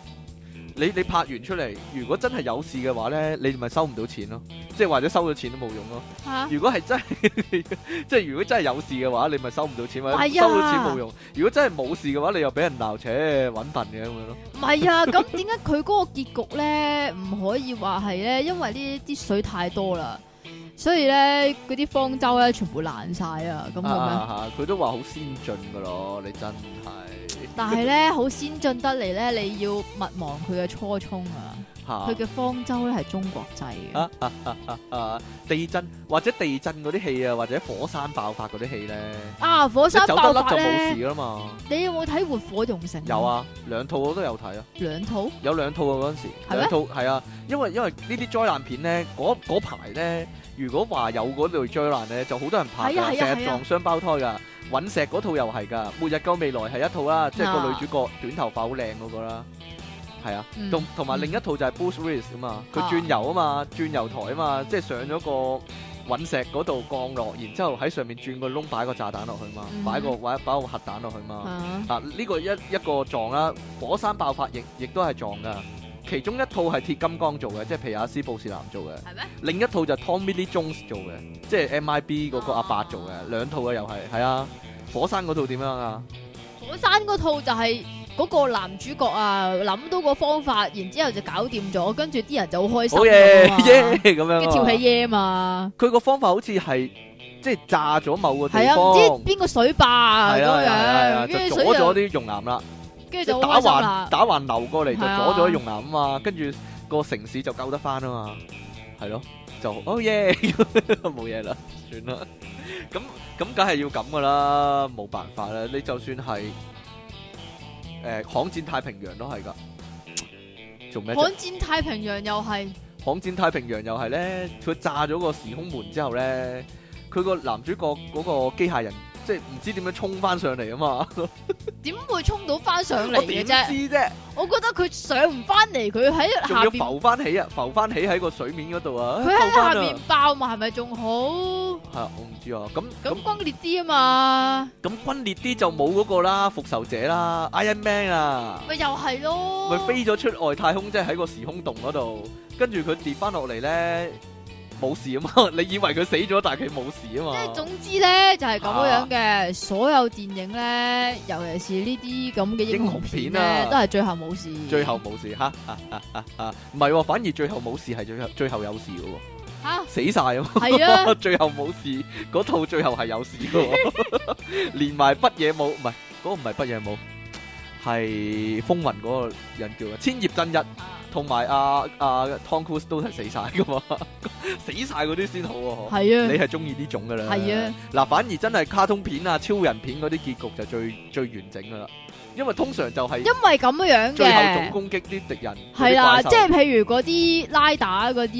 你你拍完出嚟，如果真係有事嘅話咧，你咪收唔到錢咯。即係或者收咗錢都冇用咯。吓，如果係 真係，即係如果真係有事嘅話，你咪收唔到錢，或者係收啊到錢冇用。如果真係冇事嘅話，你又俾人鬧，扯揾笨嘅咁樣咯。唔係啊，咁點解佢嗰個結局咧唔可以話係咧？因為呢啲水太多啦，所以咧嗰啲方舟咧全部爛晒啊，咁咁樣。啊佢都話好先進噶咯，你真係但係咧好先進得嚟咧，你要勿忘佢嘅初衷啊！ 嚇。佢嘅方舟咧係中國製嘅，啊啊啊啊啊！地震或者地震嗰啲戲啊，或者火山爆發嗰啲戲咧。啊火山走得爆甩發就冇咧，事啦嘛。你有冇睇《活火熔城》？有，啊，兩套我都有睇啊，兩套有兩套啊嗰陣時，係咩兩套係啊，因為因為呢啲災難片咧，嗰嗰排咧，如果話有嗰類災難咧，就好多人拍係啊係啊㗎，成係日啊撞雙胞胎㗎。隕石嗰套又係㗎，《末日救未來》係一套啊啦，即係個女主角短頭髮好靚嗰個啦，係啊，嗯同同埋嗯另一套就係 Bruce Willis 啊嘛，佢啊轉油啊嘛，轉油台啊嘛，即係上咗個隕石嗰度降落，然之後喺上面轉個窿擺個炸彈落去嘛，嗯擺個擺擺個核彈落去嘛。啊，啊！呢、個一一個撞啦，火山爆發亦亦都係撞噶。其中一套係鐵金剛做嘅，即係皮亞斯布士南做嘅；係咩？另一套就 Tommy Lee Jones 做嘅，即係 MIB 嗰個阿伯做嘅。兩套嘅又係，係啊。火山嗰套點樣啊？火山嗰套就係嗰個男主角啊，諗到個方法，然之後就搞掂咗，跟住啲人就好開心好嘢咁啊耶咁跟住跳起樣啊。耶嘛，佢個方法好似係即係炸咗某個地係啊，唔方，知邊個水壩啊係啦係咁啦，樣，跟就阻住水咗就啲熔岩啦。跟即住就係打好開心橫啦，打橫流過嚟就係啊阻咗熔岩啊嘛，跟住個城市就救得翻啊嘛，係咯，就哦耶， 冇嘢啦，算啦。咁咁梗係要咁噶啦，冇辦法啦。你就算係誒巷戰太平洋都係噶，做咩啫？悍戰太平洋又係航戰太平洋又係咧，佢炸咗個時空門之後咧，佢個男主角嗰個機械人即係唔知點樣衝翻上嚟啊嘛，點會衝到翻上 嚟我嘅點啫？知啫？我覺得佢上唔翻嚟，佢喺仲下要边，浮翻起啊！浮翻起喺個水面嗰度啊！佢喺下面边爆嘛，係咪仲好？係啊我唔知啊。咁咁咁轟烈啲啊嘛，咁轟烈啲就冇嗰個啦，復仇者啦，Iron Man 啊，咪又係咯，咪飛咗啊出外太空，即係喺個時空洞嗰度，跟住佢跌翻落嚟咧，冇事啊嘛！ 你以為佢死咗，但係佢冇事啊即係嘛！啊總之咧，就係咁樣嘅。所有電影咧，尤其是呢啲咁嘅英雄英雄片咧，片啊都係最後冇事。最後冇事嚇，哈哈哈哈唔係喎，反而最後冇事係最後最後有事嘅喎，吓死晒啊嘛！，係 啊最後冇事，嗰套最後係有事嘅 喎，連埋北野武唔係嗰個唔係北野武，係風雲嗰個人叫啊千葉真一，同埋阿阿 Tom Cruise 都係死晒嘅嘛， 死晒嗰啲先好喎。你係啊，係中意呢種嘅啦，係啊。嗱，反而真係卡通片啊、超人片嗰啲結局就最最完整嘅啦，因為通常就係因為咁樣樣最後總嘅，攻擊啲敵人，係嗰啦，啲怪獸即係譬如嗰啲拉打嗰啲或者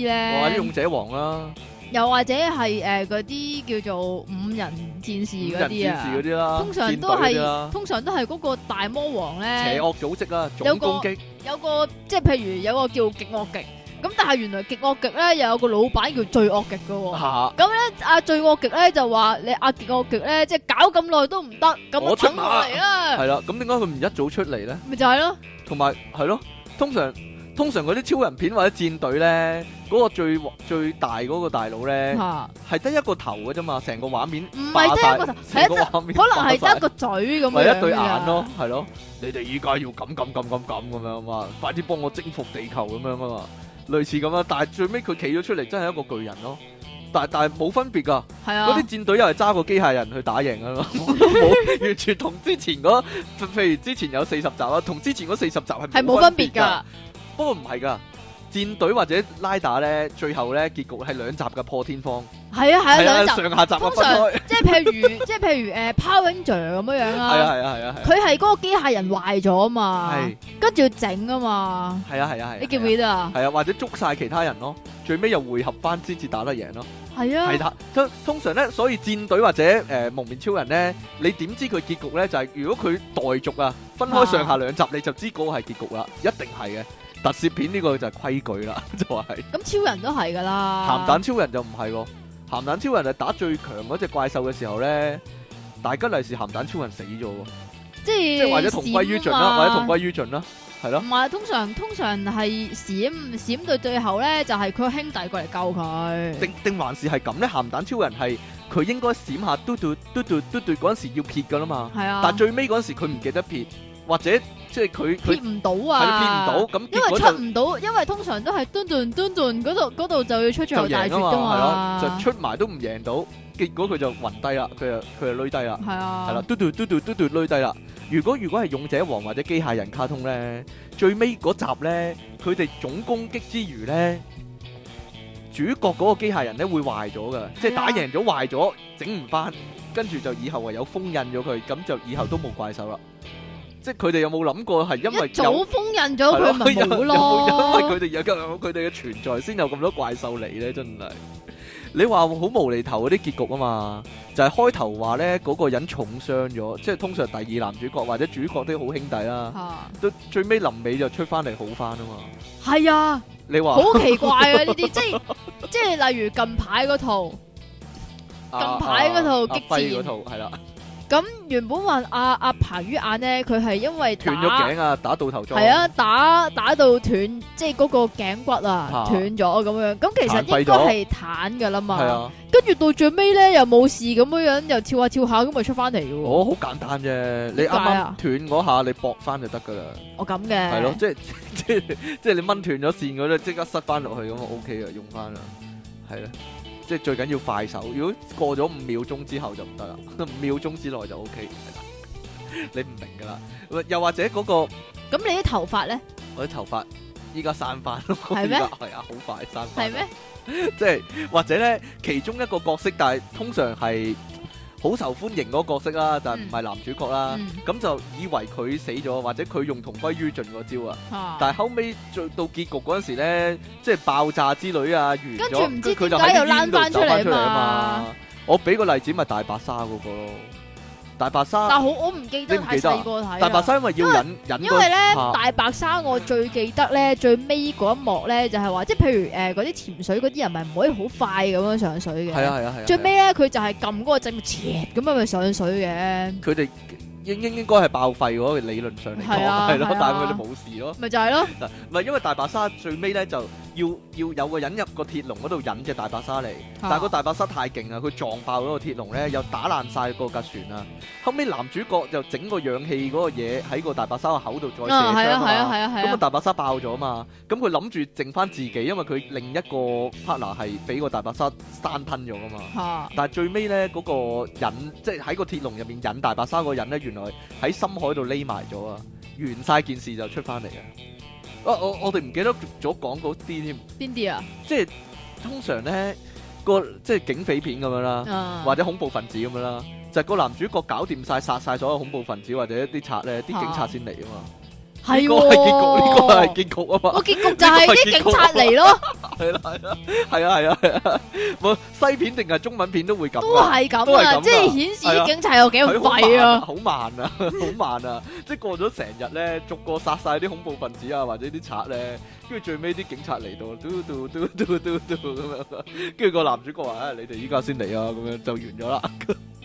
咧，勇者王啦、又或者係诶嗰啲叫做五人戰士五嗰人啲戰士嗰啊，啲啦，通常都戰隊嗰啲係啦通常都係嗰個大魔王邪咧，惡組織啦，有總個攻擊有個即係譬如有個叫極惡極，咁但係原來極惡極咧又有個老闆叫最惡極嘅 喎。嚇，阿最惡極咧就話你阿極惡極咧，即係搞咁耐都唔得，咁我我出等我嚟啦，係啦。咁點解佢唔一早出嚟咧？咪就係咯，同埋係咯，通常通常嗰啲超人片或者戰隊咧，嗰個最最大嗰個大佬咧，吓，係得一個頭嘅啫嘛，成個畫面嗯唔霸係得一晒個頭，成係個一得，畫面可能係霸晒得一個嘴咁咪樣一對眼咯，係咯。你哋依家要咁咁咁咁咁咁樣嘛，快啲幫我征服地球咁樣啊嘛，類似咁啦。啊但係最尾佢企咗出嚟，真係一個巨人咯。但但係冇分別㗎。㗎，係啊，嗰啲戰隊又係揸個機械人去打贏啊嘛， 冇完全同之前嗰，啊譬如之前有四十集啦，同之前嗰四十集係係冇分別㗎，啊不過唔係㗎，戰隊或者拉打咧，最後咧結局係兩集嘅破天荒，係啊係啊係啊兩集，上下集嘅通分 常啊開，即係譬如即係譬如誒 Power Ranger 咁樣樣係啊啦，係啊係啊係啊佢係嗰個機械人壞咗啊嘛係，跟住要整啊嘛，係啊係啊係啊，你記唔記得啊？係啊，或者捉晒其他人咯，最尾又匯合翻先至打得贏咯。係啊係，啦，通通常咧，所以戰隊或者誒、呃、蒙面超人咧，你點知佢結局咧？就係、如果佢待續啊，分開上下兩集，你就知嗰個係結局啦，一定係嘅。特攝片呢個就係規矩啊啦， 就係、咁超人都係㗎啦鹹，蛋超人就唔係喎，鹹蛋超人係打最強嗰只怪獸嘅時候咧，大吉利是鹹蛋超人死咗喎，即係即係或者同歸於盡啦，或閃啊嘛者同歸於盡啦，係咯唔，係，通常通常係閃閃到最後咧，就係、佢兄弟過嚟救佢。定定還是係咁咧？鹹蛋超人係佢應該閃下嘟嘟嘟嘟嘟嘟嗰陣時要撇噶啦嘛。係啊，但最尾嗰陣時佢唔記得撇，或者即係佢撇佢唔到啊，係撇唔到，咁因結為果出就唔到，因為通常都係蹲蹲蹲蹲嗰度嗰度就要出最後就大決贏㗎啊嘛，係咯，嘛，就出埋都唔贏到，結果佢就暈低啦，佢就佢就攣低啦，係啊，係啦，嘟嘟嘟嘟嘟嘟攣低啦。如果如果係勇者王或者機械人卡通咧，最尾嗰集咧，佢哋總攻擊之餘咧。主角嗰個機械人咧會壞咗啊噶，即係打贏咗壞咗，整唔翻，跟住就以後唯有封印咗佢，咁就以後都冇怪獸啦。即係佢哋有冇諗過係因為一有早封印咗係佢咪咯有冇有因為咯，佢哋有咁佢哋嘅存在，先有咁多怪獸嚟咧，真係。你話好無厘頭嗰啲結局啊嘛，就係、開頭話咧嗰個人重傷咗，即係通常第二男主角或者主角啲好兄弟啦，嚇到最尾臨尾就出翻嚟好翻啊嘛。係啊，你話好奇怪啊呢啲，即係 即係例如近排嗰套。近排嗰套激戰啊阿輝嗰套係啦，咁原本話阿阿彭于晏咧，佢係因為斷打咗頸啊，打到頭裝，係，啊，打打到斷，即係嗰個頸骨啊啊斷咗咁樣。咁其實殘廢咗應該係攤噶啦係嘛。啊，跟住到最尾咧又冇事咁樣樣，又跳下跳下咁咪出翻嚟嘅喎。我好簡單啫，你啱點解啊啱斷嗰下你搏翻就得噶啦。我咁係咯，嘅，即係 即係即係你掹斷咗線嗰度，即刻塞翻落去咁啊 OK 啊，用翻啦，係啦，即係最緊要快手。如果過咗五秒鐘之後就唔得啦， 五秒鐘之內就 OK，係啦你唔明噶啦。啊又或者嗰、個咁你啲頭髮咧我啲頭髮依家散翻咯，係咩依家係啊，好快散翻。係咩？？ 即係或者咧，其中一個角色，但係通常係好受歡迎嗰個角色啦，但係唔係男主角啦。嗯咁就以為佢死咗，或者佢用同歸於盡嗰招啊！啊但係後尾最到結局嗰陣時咧，即係爆炸之類啊，完跟住唔咗，知佢就點解喺又啲煙度躝返走出嚟翻出嚟啊嘛嘛。我俾個例子咪大白鯊嗰個咯，大白但鯊，好我唔記你得唔太記得啊細個睇啊大白鯊因為要引引因為個咧啊大白鯊我最記得咧最尾嗰一幕咧就係話，即係譬如誒嗰啲潛水嗰啲人咪唔可以好快咁樣上水嘅。係啊係啊係啊，最尾咧，佢就係撳嗰個掣，切咁樣咪上水嘅，佢哋應應應該係爆廢嗰個理論上嚟講係啊係咯係，啊但係佢哋冇事咯。咪就係咯。嗱唔係因為大白鯊最尾咧就要要有個人入個鐵籠嗰度引只大白鯊嚟，但係個啊大白鯊太勁啦，佢撞爆咗個鐵籠咧，又打爛晒個架船啊！後尾男主角就整個氧氣嗰個嘢喺個大白鯊個口度再射啊，係傷啊，係啊啊，嘛係啊，係咁個啊，大白鯊爆咗嘛，咁佢諗住剩翻自己，因為佢另一個 partner 係俾個大白鯊生吞咗噶嘛。嚇但係最尾咧，嗰、個引即係喺個鐵籠入面引大白鯊嗰個人咧，原來喺深海度匿埋咗啊！完晒件事就出翻嚟啊！啊，我我哋唔記得咗講嗰啲添，邊啲啊？即係通常咧個即係警匪片咁樣啦，啊或者恐怖分子咁樣啦，就係個男主角搞掂晒殺晒所有恐怖分子或者啲賊咧，啲警察先嚟啊嘛。係呢個係結局，呢個係喎，結局啊嘛。個結哦局就係啲警察 嚟咯，係啦係啦係啊係啊係啊，冇西片定係中文片都會咁㗎。都係咁都係咁啊，啊即係顯示啲警察有幾咁佢好廢慢啊！好慢 啊，好慢啊！即係過咗成日咧，逐個殺晒啲恐怖分子啊，或者啲賊咧，跟住最尾啲警察嚟到，嘟嘟嘟嘟嘟嘟咁樣，跟住個男主角話：，唉、你哋依家先嚟啊，咁樣就完咗啦，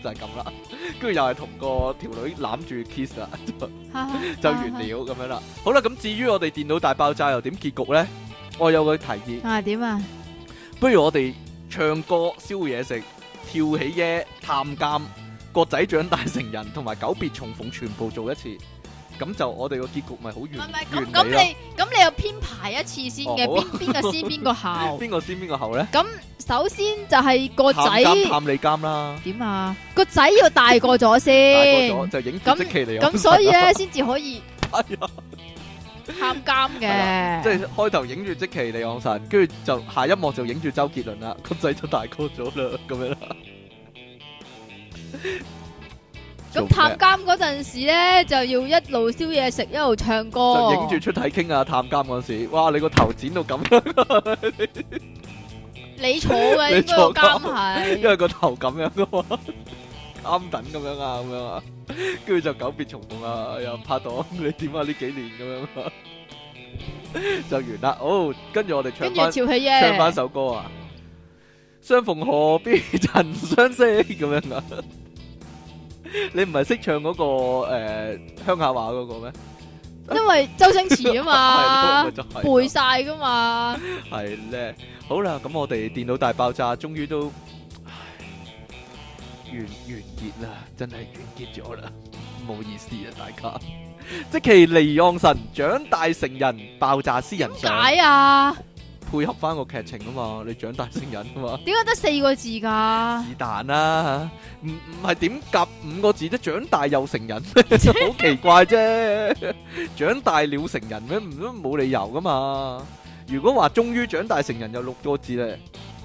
就係咁啦。跟住又係同個條女攬住 kiss 啦，就完啊了咁樣啦。好啦，咁至於我哋電腦大爆炸又點結局咧？我有個提議，啊點啊？不如我哋唱歌、燒嘢食、跳起耶、探監、個仔長大成人同埋久別重逢全部做一次，咁就我哋個結局咪好唔係唔完係咁完咁美啊咯。你咁你又編排一次先嘅，哦好邊邊個先邊 個後？邊個先邊個後咧？首先就係個探監仔探你監啦，點啊？個仔要大個咗大個先，咗就影住咁即期嚟咁所以咧先至可以。係啊，喊監 嘅，即 係開頭影住即其離岸神，跟住就下一幕就影住周杰倫啦，個仔就大個咗啦，咁樣啦。做咁咩探監嗰陣時咧，就要一路燒嘢食，一路唱歌，就影住出體傾啊，探監嗰時，哇！你個頭剪到咁樣，你坐 你嘅應該個坐監監係，因為個頭咁樣噶嘛，啱等咁樣啊，咁樣啊，跟住就久別重逢啊，又拍檔，你點啊？呢幾年咁樣啊，就完啦。哦，跟住我哋唱跟住翻潮起唱翻耶，首歌啊，相逢何必 曾相識咁樣啊。你唔係識唱嗰、個誒鄉下話嗰個咩？因為周星馳啊嘛係，咯 咪就係咯背晒噶嘛，系咧，好啦，咁我哋電腦大爆炸終於都唉完完結啦，真係完結咗啦，唔好意思啊，大家。即其離岸神長大成人，爆炸私人點相，解啊？配合翻個劇情啊嘛，你長大成人啊嘛，點解得四個字㗎？是但啦，唔唔係點夾五個字啫，長大又 成人，好奇怪啫，長大了成人咩？唔都冇理由噶嘛。如果話終於長大成人有六個字咧，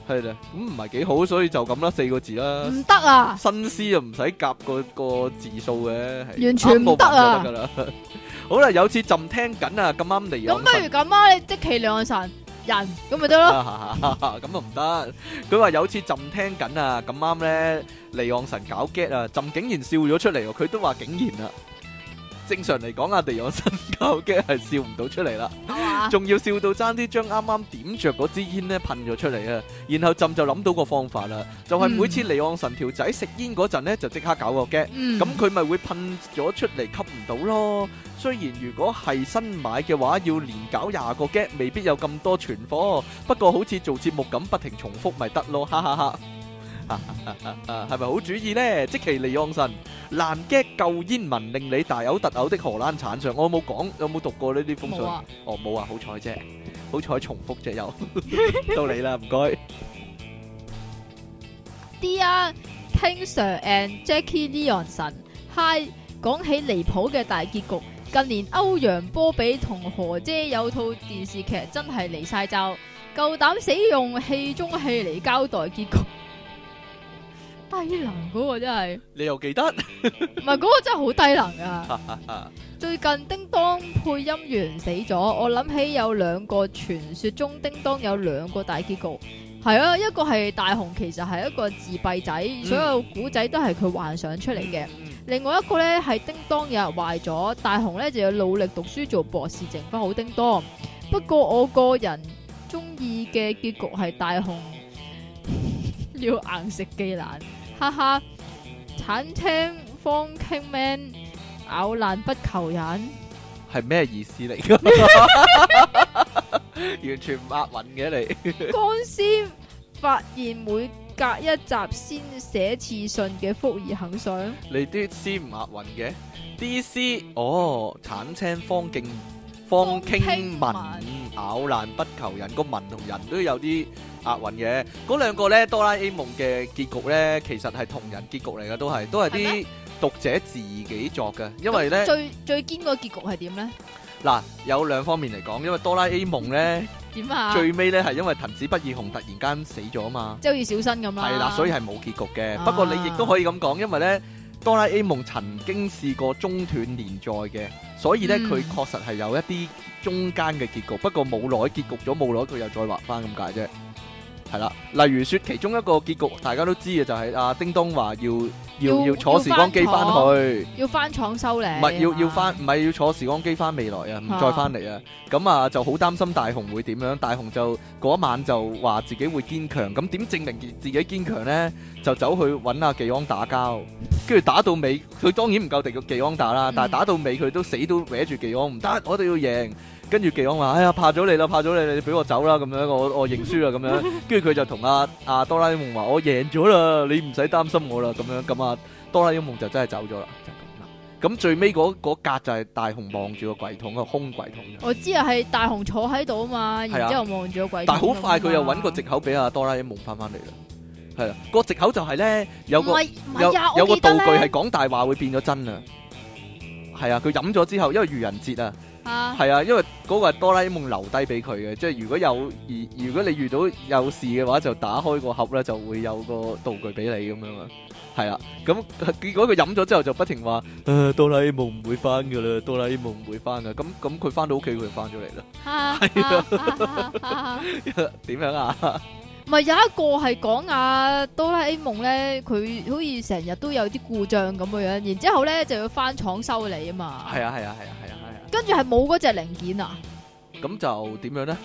係啦，咁唔係幾好，所以就咁啦，四個字啦。唔得啊！新詩就唔使夾個個字數嘅，係完全唔得啱冇辦法啊就得㗎啦 好啦，有次朕聽緊啊，咁啱嚟咁岸不神如咁啊，你即其兩神人咁咪得咯， 咁啊唔得。佢話有次朕聽緊啊，咁啱咧，離岸神搞 get 啊，朕竟然笑咗出嚟喎，佢都話竟然啊。正常嚟講啊，離岸神搞 get 係笑唔到出嚟啦，係嘛？仲要笑到爭啲將啱啱點着嗰支煙咧噴咗出嚟啊！然後朕就諗到個方法啦，就係、每次離岸神條仔食煙嗰陣咧，就即刻搞個 get。嗯，咁佢咪會噴咗出嚟吸唔到咯。雖然如果係新買嘅話，要連搞廿個 g 未必有咁多存貨。不過好似做節目咁，不停重複咪得咯，哈哈 哈。啊，係咪好主意呢？即其利昂神難 g 救煙民，令你大嘔特嘔的荷蘭產上。我有冇講，有冇讀過呢啲封信冇？啊，哦，冇啊，好彩啫，好彩重複啫又。 到你啦，唔 該。啲啊，King Sir and Jackie Leon 神，Hi，講起離譜嘅大結局，近年歐陽波比同何姐有套電視劇真係離晒罩，夠膽死用戲中戲嚟交代結局， 低能嗰個真係。你又記得？ 唔係嗰個真係好低能啊！最近叮當配音員死咗，我諗起有兩個傳說中叮當有兩個大結局，係啊，一個係大雄其實係一個自閉仔，所有古仔都係佢幻想出嚟嘅。另外一個呢係叮當有人壞咗，大雄呢就要努力讀書做博士，剩翻好叮當。不過我個人中意嘅結局係大雄 要硬食技能，哈哈！產青方傾 man 咬爛不求人， 係咩意思嚟㗎？ 完全唔押韻嘅你。乾先發現每隔一集先寫次信嘅福爾肯上，你啲 C 唔押韻嘅，D C 哦，產青方敬方傾文方傾咬爛不求人，個文同人都有啲押韻嘅。嗰兩個咧，哆啦 A 夢嘅結局咧，其實係同人結局嚟嘅，都係都係係啲讀者自己作嘅，因為咧最最堅個結局係點呢？嗱有兩方面嚟講，因為哆啦 A 夢咧點啊？最尾咧係因為藤子不二雄突然間死咗啊嘛。即係好似小新咁啦，係啦，所以係冇結局嘅。啊不過你亦都可以咁講，因為咧哆啦 A 夢曾經試過中斷連載嘅，所以咧嗯佢確實係有一啲中間嘅結局，不過冇耐結局咗，冇耐佢又再畫翻咁解啫。係啦，例如説其中一個結局大家都知嘅就係、啊、叮當話要要要要坐時光機翻去。要翻廠修理，唔係要要翻，唔係要坐時光機翻未來啊，唔再翻嚟啊。咁啊就好擔心大雄會點樣。大雄就嗰一晚就話自己會堅強。咁點證明自己堅強呢？就走去揾阿技安打交，跟住打到尾，佢當然唔夠地個技安打啦。嗯但係打到尾佢都死都搲住技安，唔得，我哋要贏。跟住技安話：哎呀，怕咗你啦，怕咗你，你俾我走啦，咁樣我我認輸啦，咁樣。跟住佢就同阿阿哆啦 A 夢話：我贏咗啦，你唔使擔心我啦，咁樣咁啊，哆啦 A 夢就真係走咗啦，就係咁啦。咁最尾嗰嗰格就係大雄望住個櫃桶個空櫃桶，我知啊，係大雄坐喺度啊嘛，係啊然之後望住個鬼。但係好快佢又揾個藉口俾阿哆啦 A 夢翻翻嚟啦。係啦，個藉口就係咧有個唔係唔有係啊，有我個記道得具係咧，講大話會變咗真啊。係啊，佢飲咗之後，因為愚人節啊，吓，係啊，因為嗰個係哆啦 A 夢留低俾佢嘅，即係如果有而如果你遇到有事嘅話，就打開個盒咧，就會有個道具俾你咁樣啊。係啦，咁 結果佢飲咗之後就不停話：，誒哆啦 A 夢唔會翻噶啦，哆啦 A 夢唔會翻噶。咁咁佢翻到屋企，佢就翻咗嚟啦。 吓吓點樣啊？唔係有一個係講啊哆啦 A 夢咧，佢好似成日都有啲故障咁嘅樣，然之後咧就要翻廠修理啊嘛。係啊，係啊，係啊，係啊，係啊。跟住係冇嗰隻零件啊，咁就點樣咧？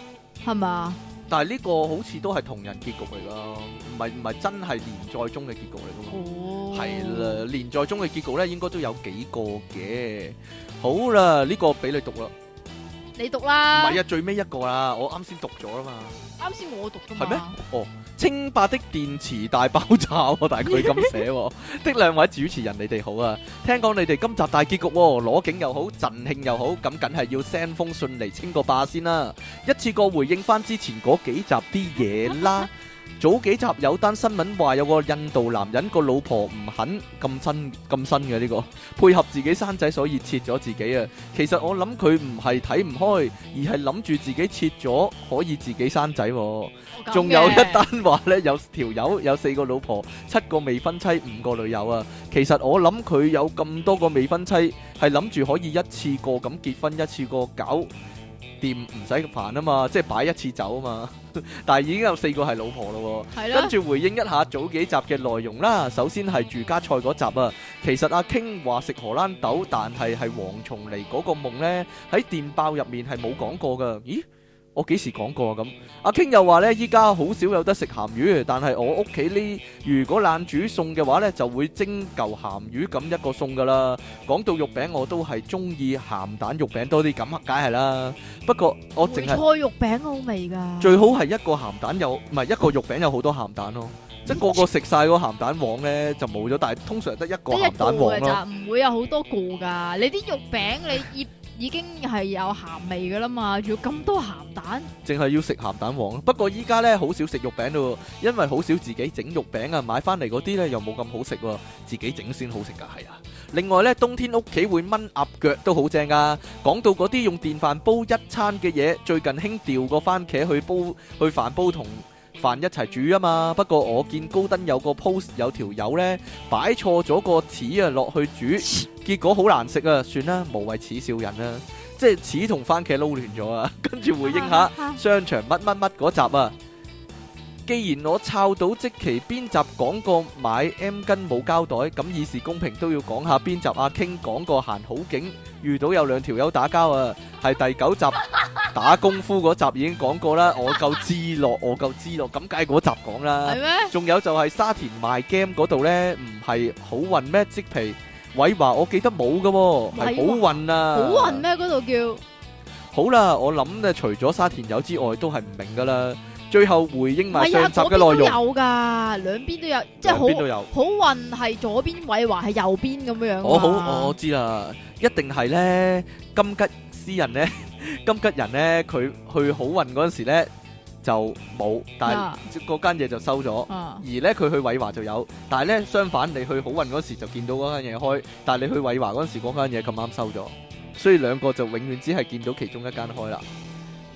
係嘛？但係呢個好似都係同人結局嚟噶，唔係唔係真係連載中嘅結局嚟噶嘛。哦，係啦，連載中嘅結局咧，應該都有幾個嘅。好啦，呢、個俾你讀啦，你讀唔啦。係啊，最尾一個啦，我啱先讀咗啦嘛。啱先我讀噶係咩嘛。清白的電池大爆炸喎、但係佢咁寫喎。的兩位主持人，你哋好啊！聽講你哋今集大結局喎、攞景又好，贈慶又好，咁梗係要 send 封信嚟清個霸先啦。一次過回應翻之前嗰幾集啲嘢啦。早幾集有單新聞話有個印度男人個老婆唔肯咁新咁新嘅呢、個，配合自己生仔所以切咗自己啊。其實我諗佢唔係睇唔開，而係諗住自己切咗可以自己生仔、喎。我咁仲有一嘅單話呢，有條友有四個老婆，七個未婚妻，五個女友啊。其實我諗佢有咁多個未婚妻，係諗住可以一次過咁結婚，一次過搞掂，唔使煩啊嘛，即係擺一次走啊嘛。 但係已經有四個係老婆咯喎。係跟啦，住回應一下早幾集嘅內容啦。首先係住家菜嗰集啊，其實阿 King 話食荷蘭豆，但係係黃松嚟嗰個夢呢，喺電爆入面係冇講過噶。咦？我幾時講過啊？咁阿 King 又話呢，依家好少有得食鹹魚，但係我屋企呢，如果冷煮餸嘅話呢，就會蒸嚿鹹魚咁一個餸噶啦。講到肉餅，我都係中意鹹蛋肉餅多啲，咁梗係啦。不過我淨梅係菜。肉餅好味㗎。最好係一個鹹蛋有，唔係一個肉餅有好多鹹蛋咯，即係個個食晒嗰個鹹蛋黃咧就冇咗，但係通常得一個得一鹹個蛋黃嘅咯。咋，唔會有好多個㗎。你啲肉餅你醃已經係有鹹味㗎啦嘛，仲要咁多鹹蛋，淨係要食鹹蛋黃。不過依家咧好少食肉餅咯，因為好少自己整肉餅啊，買翻嚟嗰啲咧又冇咁好食喎，自己整先好食㗎，係啊。另外咧，冬天屋企會炆鴨腳都好正噶。講到嗰啲用電飯煲一餐嘅嘢，最近興調個番茄去煲去飯煲同。飯一齊煮啊嘛，不過我見高登有個 post 有條友呢擺錯咗個齒啊落去煮，結果好難食啊，算啦，無謂恥笑人啦，即係齒同番茄撈亂咗啊，跟住回應下。啊商場乜乜乜嗰集啊。既然我抄到即期邊集講過買 M 巾冇膠袋，咁以示公平都要講下邊集阿 King 講過行好景，遇到有兩條友打交啊，係第九集打功夫嗰集已經講 過啦，我夠知樂，我夠知樂，咁梗係嗰集講啦。係咩？仲有就係沙田賣 game 嗰度呢，唔係好運咩？即皮偉華，我記得冇嘅喎，係偉好運啊！好運咩？嗰度叫好啦，我諗咧，除咗沙田友之外，都係唔明噶啦。最後回應唔埋係上啊？集嗰嘅邊都內有容，㗎，兩邊都有，即係兩邊好都有。好運係左邊，偉華係右邊咁樣樣。我好我，知啦，一定係咧金吉斯人咧， 金吉人咧，佢去好運嗰陣時咧就冇，但啊係嗰間嘢就收咗。啊而咧佢去偉華就有，但係咧相反，你去好運嗰時就見到嗰間嘢開，但係你去偉華嗰時嗰間嘢咁啱收咗，所以兩個就永遠只係見到其中一間開啦，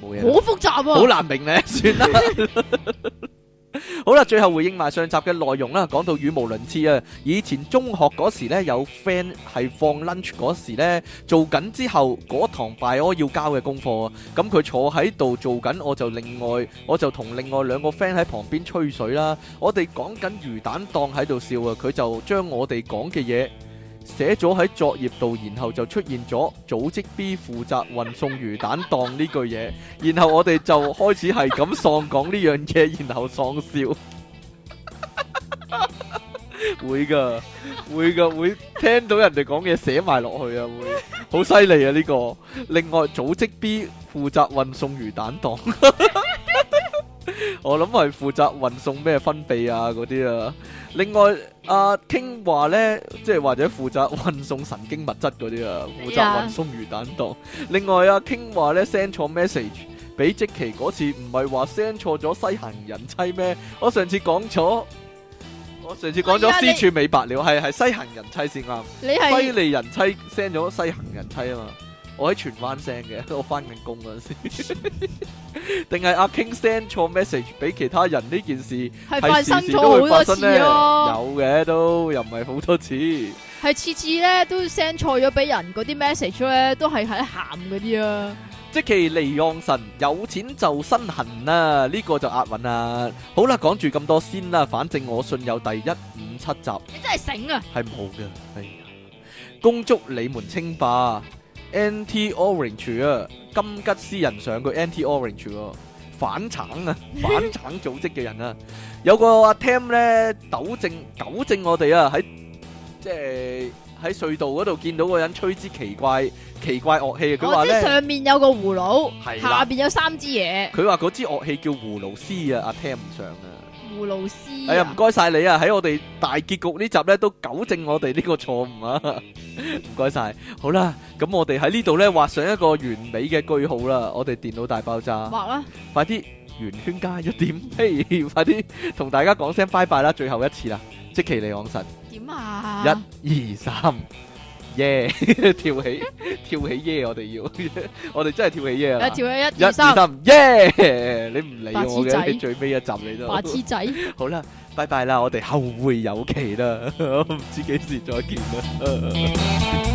冇嘢啦。好複 雜啊好喎。難明咧，算啦。好啦，最後回應埋上集嘅內容啦，講到語無倫次啊！以前中學嗰時咧，有 friend 係放 lunch 嗰時咧，做緊之後嗰堂 bio 要交嘅功課啊，咁佢坐喺度做緊，我就另外我就同另外兩個 friend 喺旁邊吹水啦。我哋講緊魚蛋檔喺度笑啊，佢就將我哋講嘅嘢寫咗喺作業度，然後就出現咗組織 B 負責運送魚蛋檔呢句嘢。然後我哋就開始係咁喪講呢樣嘢，然後喪笑。 會噶，會噶，會聽到人哋講嘢寫埋落去啊，會好犀利啊呢、個。另外，組織 B 負責運送魚蛋檔， 我諗係負責運送咩分泌啊嗰啲啊。另外，阿、King 話呢，即係或者負責運送神經物質嗰啲啊，負責呀運送魚蛋檔。另外啊，King 話咧 send 錯 message 俾即奇嗰次，唔係話 send 錯咗西行人妻咩？我上次講咗，我上次講哎咗呀你私處美白了，係係西行人妻先啱，你西係利人妻 send 咗西行人妻啊嘛，我喺荃灣聲嘅， 我翻緊工嗰陣 時，定係阿 King send 錯 message 俾其他人呢件事係係發生時時咗都會好發多生次咧？咯，有嘅都，又唔係好多次。係次次咧都 send 錯咗俾人嗰啲 message 咧，都係喺鹹嗰啲啊。即其離岸神有錢就身痕啦，呢、個就押韻啦。好啦，講住咁多先啦，反正我信有第一五七集。你真係醒啊！系冇嘅，哎呀！恭祝你們稱霸 NT Orange 啊，金吉斯人上個 NT Orange 喎、反橙啊，反橙組織嘅人啊，有個阿 Tim 咧糾正糾正我哋啊，喺即係喺隧道嗰度見到個人吹支奇怪奇怪樂器，佢我話哦即係咧上面有個葫蘆，係啦下邊有三支嘢，佢話嗰支樂器叫葫蘆絲啊，阿 Tim 上啊。葫蘆絲哎呀，唔啊。該晒你啊！喺我哋大結局呢集咧，都糾正我哋呢個錯誤啊！ 唔該晒。好啦，咁我哋喺呢度咧畫上一個完美嘅句號啦！我哋電腦大爆炸，啊畫啦，快啲圓圈加一點，嘿， 快啲同大家講聲拜拜啦！最後一次啦，即其利昂神，點啊？一、二、三，耶！ 跳起，跳起耶！我哋要， 我哋真係跳起 耶啦一！條一、一、一二、二、三，三，耶！你唔理白痴我仔嘅，你最尾一集你都白痴仔。好啦， 拜拜啦，我哋後會有期啦，我唔知幾時再見啦。